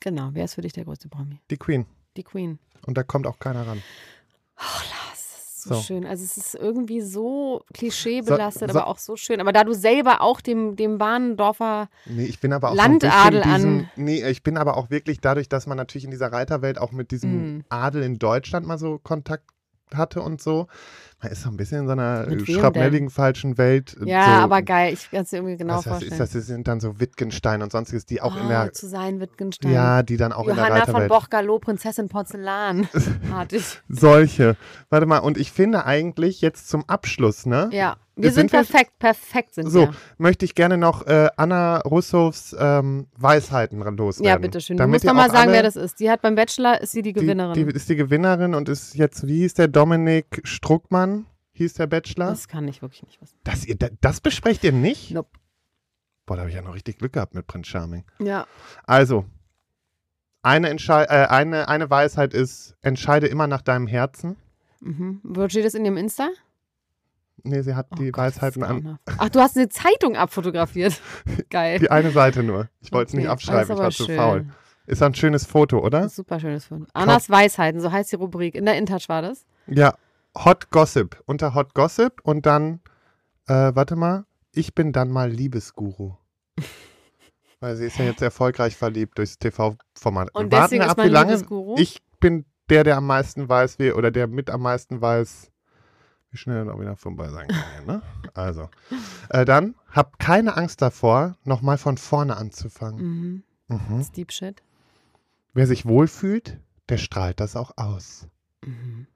[SPEAKER 1] genau, wer ist für dich der größte Promi?
[SPEAKER 2] Die Queen.
[SPEAKER 1] Die Queen.
[SPEAKER 2] Und da kommt auch keiner ran.
[SPEAKER 1] Das Ah, ist so,
[SPEAKER 2] So.
[SPEAKER 1] schön. Also es ist irgendwie so
[SPEAKER 2] So-
[SPEAKER 1] klischeebelastet,
[SPEAKER 2] so-
[SPEAKER 1] aber auch so schön. Aber da du selber auch dem, dem Bahnendorfer
[SPEAKER 2] Nee, ich bin aber auch
[SPEAKER 1] Landadel
[SPEAKER 2] so ein bisschen
[SPEAKER 1] an.
[SPEAKER 2] diesen, Nee, ich bin aber auch wirklich dadurch, dass man natürlich in dieser Reiterwelt auch mit diesem
[SPEAKER 1] Mm.
[SPEAKER 2] Adel in Deutschland mal so Kontakt hatte und so. Man ist so ein bisschen in so einer
[SPEAKER 1] Mit wem
[SPEAKER 2] schrapnelligen falschen Welt. äh,
[SPEAKER 1] Ja,
[SPEAKER 2] so,
[SPEAKER 1] aber geil. Ich kann es irgendwie genau
[SPEAKER 2] was heißt,
[SPEAKER 1] vorstellen.
[SPEAKER 2] ist das, das sind dann so Wittgenstein und sonstiges, die auch in
[SPEAKER 1] Oh,
[SPEAKER 2] der
[SPEAKER 1] zu sein Wittgenstein.
[SPEAKER 2] ja, die dann auch in
[SPEAKER 1] Johanna
[SPEAKER 2] der
[SPEAKER 1] von
[SPEAKER 2] Reiterwelt.
[SPEAKER 1] Bochgalow, Prinzessin Porzellan. Artig.
[SPEAKER 2] Solche. Warte mal, und ich finde eigentlich jetzt zum Abschluss, ne?
[SPEAKER 1] Ja. Wir sind,
[SPEAKER 2] Sind wir-
[SPEAKER 1] perfekt, perfekt sind
[SPEAKER 2] So,
[SPEAKER 1] wir.
[SPEAKER 2] möchte ich gerne noch äh, Anna Russows ähm, Weisheiten loswerden.
[SPEAKER 1] Ja, bitteschön. Du
[SPEAKER 2] Damit
[SPEAKER 1] musst
[SPEAKER 2] ihr
[SPEAKER 1] doch mal
[SPEAKER 2] auch
[SPEAKER 1] sagen,
[SPEAKER 2] alle-
[SPEAKER 1] wer das ist. Die hat beim Bachelor, ist sie die Gewinnerin.
[SPEAKER 2] Die, die ist die Gewinnerin und ist jetzt, wie hieß der Dominik Struckmann? Hieß der Bachelor?
[SPEAKER 1] das kann ich wirklich nicht wissen.
[SPEAKER 2] Das, ihr, da- das besprecht ihr nicht?
[SPEAKER 1] Nope.
[SPEAKER 2] Boah, da habe ich ja noch richtig Glück gehabt mit Prinz Charming.
[SPEAKER 1] Ja.
[SPEAKER 2] Also, eine, Entschei äh, eine, eine Weisheit ist, entscheide immer nach deinem Herzen.
[SPEAKER 1] Mhm. Wo steht das in ihrem Insta?
[SPEAKER 2] Nee, sie hat
[SPEAKER 1] Oh
[SPEAKER 2] die
[SPEAKER 1] Gott, das ist
[SPEAKER 2] Weisheiten an.
[SPEAKER 1] grauenhaft. Ach, du hast eine Zeitung abfotografiert. Geil.
[SPEAKER 2] Die eine Seite nur. Ich wollte es
[SPEAKER 1] Okay,
[SPEAKER 2] nicht
[SPEAKER 1] aber
[SPEAKER 2] abschreiben,
[SPEAKER 1] ist
[SPEAKER 2] ich
[SPEAKER 1] aber
[SPEAKER 2] war zu
[SPEAKER 1] schön.
[SPEAKER 2] faul. Ist ein schönes Foto, oder?
[SPEAKER 1] Super schönes Film. Annas Weisheiten, so heißt die Rubrik. In der InTouch war das.
[SPEAKER 2] Ja. Hot Gossip. Unter Hot Gossip und dann, äh, warte mal, ich bin dann mal Liebesguru. Weil sie ist ja jetzt erfolgreich verliebt durchs TV-Format.
[SPEAKER 1] Und
[SPEAKER 2] Warten
[SPEAKER 1] deswegen
[SPEAKER 2] wir
[SPEAKER 1] ist
[SPEAKER 2] ab,
[SPEAKER 1] mein
[SPEAKER 2] wie lange.
[SPEAKER 1] Liebesguru.
[SPEAKER 2] Ich bin der, der am meisten weiß, wie, oder der mit am meisten weiß, wie schnell er auch wieder vorbei sein kann. hier, Ne? Also, äh, dann hab keine Angst davor, nochmal von vorne anzufangen.
[SPEAKER 1] Mhm.
[SPEAKER 2] Mhm.
[SPEAKER 1] Das ist Deep Shit.
[SPEAKER 2] Wer sich wohlfühlt, der strahlt das auch aus.
[SPEAKER 1] Mhm.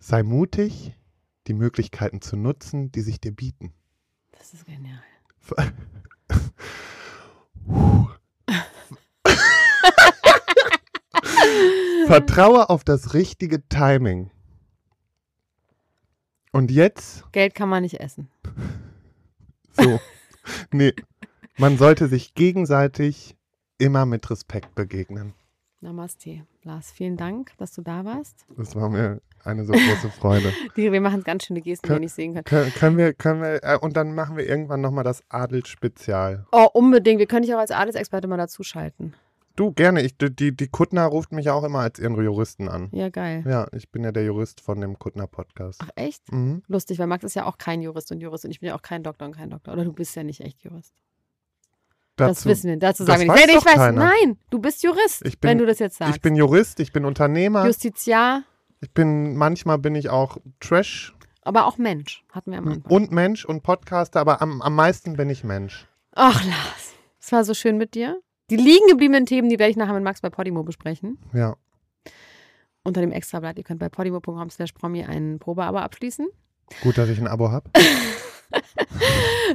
[SPEAKER 2] Sei mutig, die Möglichkeiten zu nutzen, die sich dir bieten.
[SPEAKER 1] Das ist genial. Mhm.
[SPEAKER 2] Vertraue auf das richtige Timing. Und jetzt
[SPEAKER 1] Geld kann man nicht essen.
[SPEAKER 2] so. Nee, man sollte sich gegenseitig immer mit Respekt begegnen.
[SPEAKER 1] Namaste. Lars, vielen Dank, dass du da warst.
[SPEAKER 2] Das war mir eine so große Freude.
[SPEAKER 1] Die, wir machen ganz schöne Gesten, die wir
[SPEAKER 2] Kön-
[SPEAKER 1] nicht sehen können.
[SPEAKER 2] Können, können wir, können wir, äh, und dann machen wir irgendwann nochmal das Adelsspezial.
[SPEAKER 1] Oh, unbedingt. Wir können dich auch als Adelsexperte mal dazuschalten.
[SPEAKER 2] Du, gerne. Ich, die, die Kuttner ruft mich ja auch immer als ihren Juristen an.
[SPEAKER 1] Ja, geil.
[SPEAKER 2] Ja, ich bin ja der Jurist von dem Kuttner-Podcast.
[SPEAKER 1] Ach, echt?
[SPEAKER 2] Mhm.
[SPEAKER 1] Lustig, weil Max ist ja auch kein Jurist und Jurist und ich bin ja auch kein Doktor und kein Doktor. Oder du bist ja nicht echt Jurist. das
[SPEAKER 2] Dazu-
[SPEAKER 1] wissen wir. Dazu
[SPEAKER 2] Das
[SPEAKER 1] sagen wir
[SPEAKER 2] weiß
[SPEAKER 1] nichts. Nein, ich
[SPEAKER 2] doch
[SPEAKER 1] weiß,
[SPEAKER 2] keiner.
[SPEAKER 1] nein, du bist Jurist,
[SPEAKER 2] Ich bin-
[SPEAKER 1] wenn du das jetzt sagst.
[SPEAKER 2] Ich bin Jurist, ich bin Unternehmer,
[SPEAKER 1] Justiziar,
[SPEAKER 2] ich bin manchmal bin ich auch Trash
[SPEAKER 1] aber auch Mensch, hatten wir am Anfang.
[SPEAKER 2] Hm, und Mensch und Podcaster, aber am, am meisten bin ich Mensch.
[SPEAKER 1] Ach, Lars, es war so schön mit dir. Die liegen gebliebenen Themen, die werde ich nachher mit Max bei Podimo besprechen.
[SPEAKER 2] Ja.
[SPEAKER 1] Unter dem Extrablatt, ihr könnt bei podimo.com slash promi ein Probeabo abschließen,
[SPEAKER 2] Gut, dass ich ein Abo habe.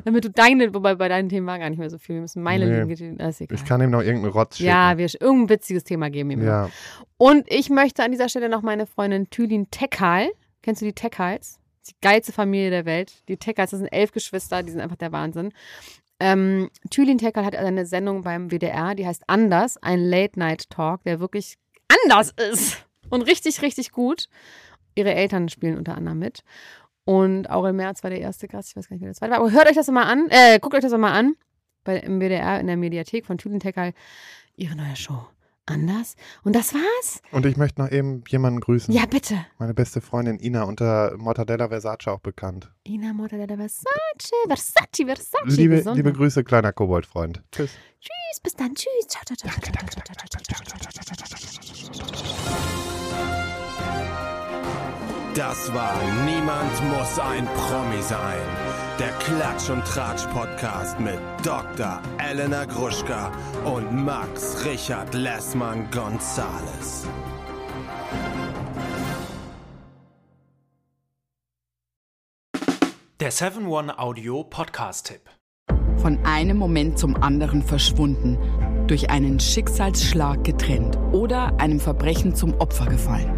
[SPEAKER 1] damit du deine, wobei bei deinen Themen war gar nicht mehr so viel. Wir müssen meine
[SPEAKER 2] Nee.
[SPEAKER 1] liegen geblieben, das ist egal.
[SPEAKER 2] Ich kann ihm noch irgendeinen Rotz schicken.
[SPEAKER 1] ja, wir irgendein witziges Thema geben ihm.
[SPEAKER 2] ja.
[SPEAKER 1] Und ich möchte an dieser Stelle noch meine Freundin Thülin Teckhal. Kennst du die Teckhals? Die geilste Familie der Welt. Die Teckhals, das sind elf Geschwister, die sind einfach der Wahnsinn. Ähm, Thülin Teckhal hat eine Sendung beim WDR, die heißt Anders, ein Late-Night-Talk, der wirklich anders ist und richtig, richtig gut. Ihre Eltern spielen unter anderem mit. Und Aurel Merz war der erste Gast, ich weiß gar nicht, wer das zweite war. Aber hört euch das doch mal an, äh, guckt euch das doch mal an. Bei, Im WDR, in der Mediathek von Thülin Teckhal, ihre neue Show. Anders. Und das war's.
[SPEAKER 2] Und ich möchte noch eben jemanden grüßen.
[SPEAKER 1] Ja, bitte.
[SPEAKER 2] Meine beste Freundin Ina unter Mortadella Versace auch bekannt.
[SPEAKER 1] Ina Mortadella Versace, Versace, Versace.
[SPEAKER 2] Liebe,
[SPEAKER 1] Gesundheit.
[SPEAKER 2] liebe Grüße, kleiner Koboldfreund. Tschüss.
[SPEAKER 1] Tschüss, bis dann. Tschüss. Ciao, ciao, ciao, ciao, ciao, ciao, ciao, ciao, ciao, ciao, ciao.
[SPEAKER 3] Das war Niemand muss ein Promi sein. Der Klatsch und Tratsch Podcast mit Dr. Elena Gruschka und Max Richard Lessmann Gonzales.
[SPEAKER 4] Der 7-One Audio Podcast-Tipp.
[SPEAKER 5] Von einem Moment zum anderen verschwunden, durch einen Schicksalsschlag getrennt oder einem Verbrechen zum Opfer gefallen.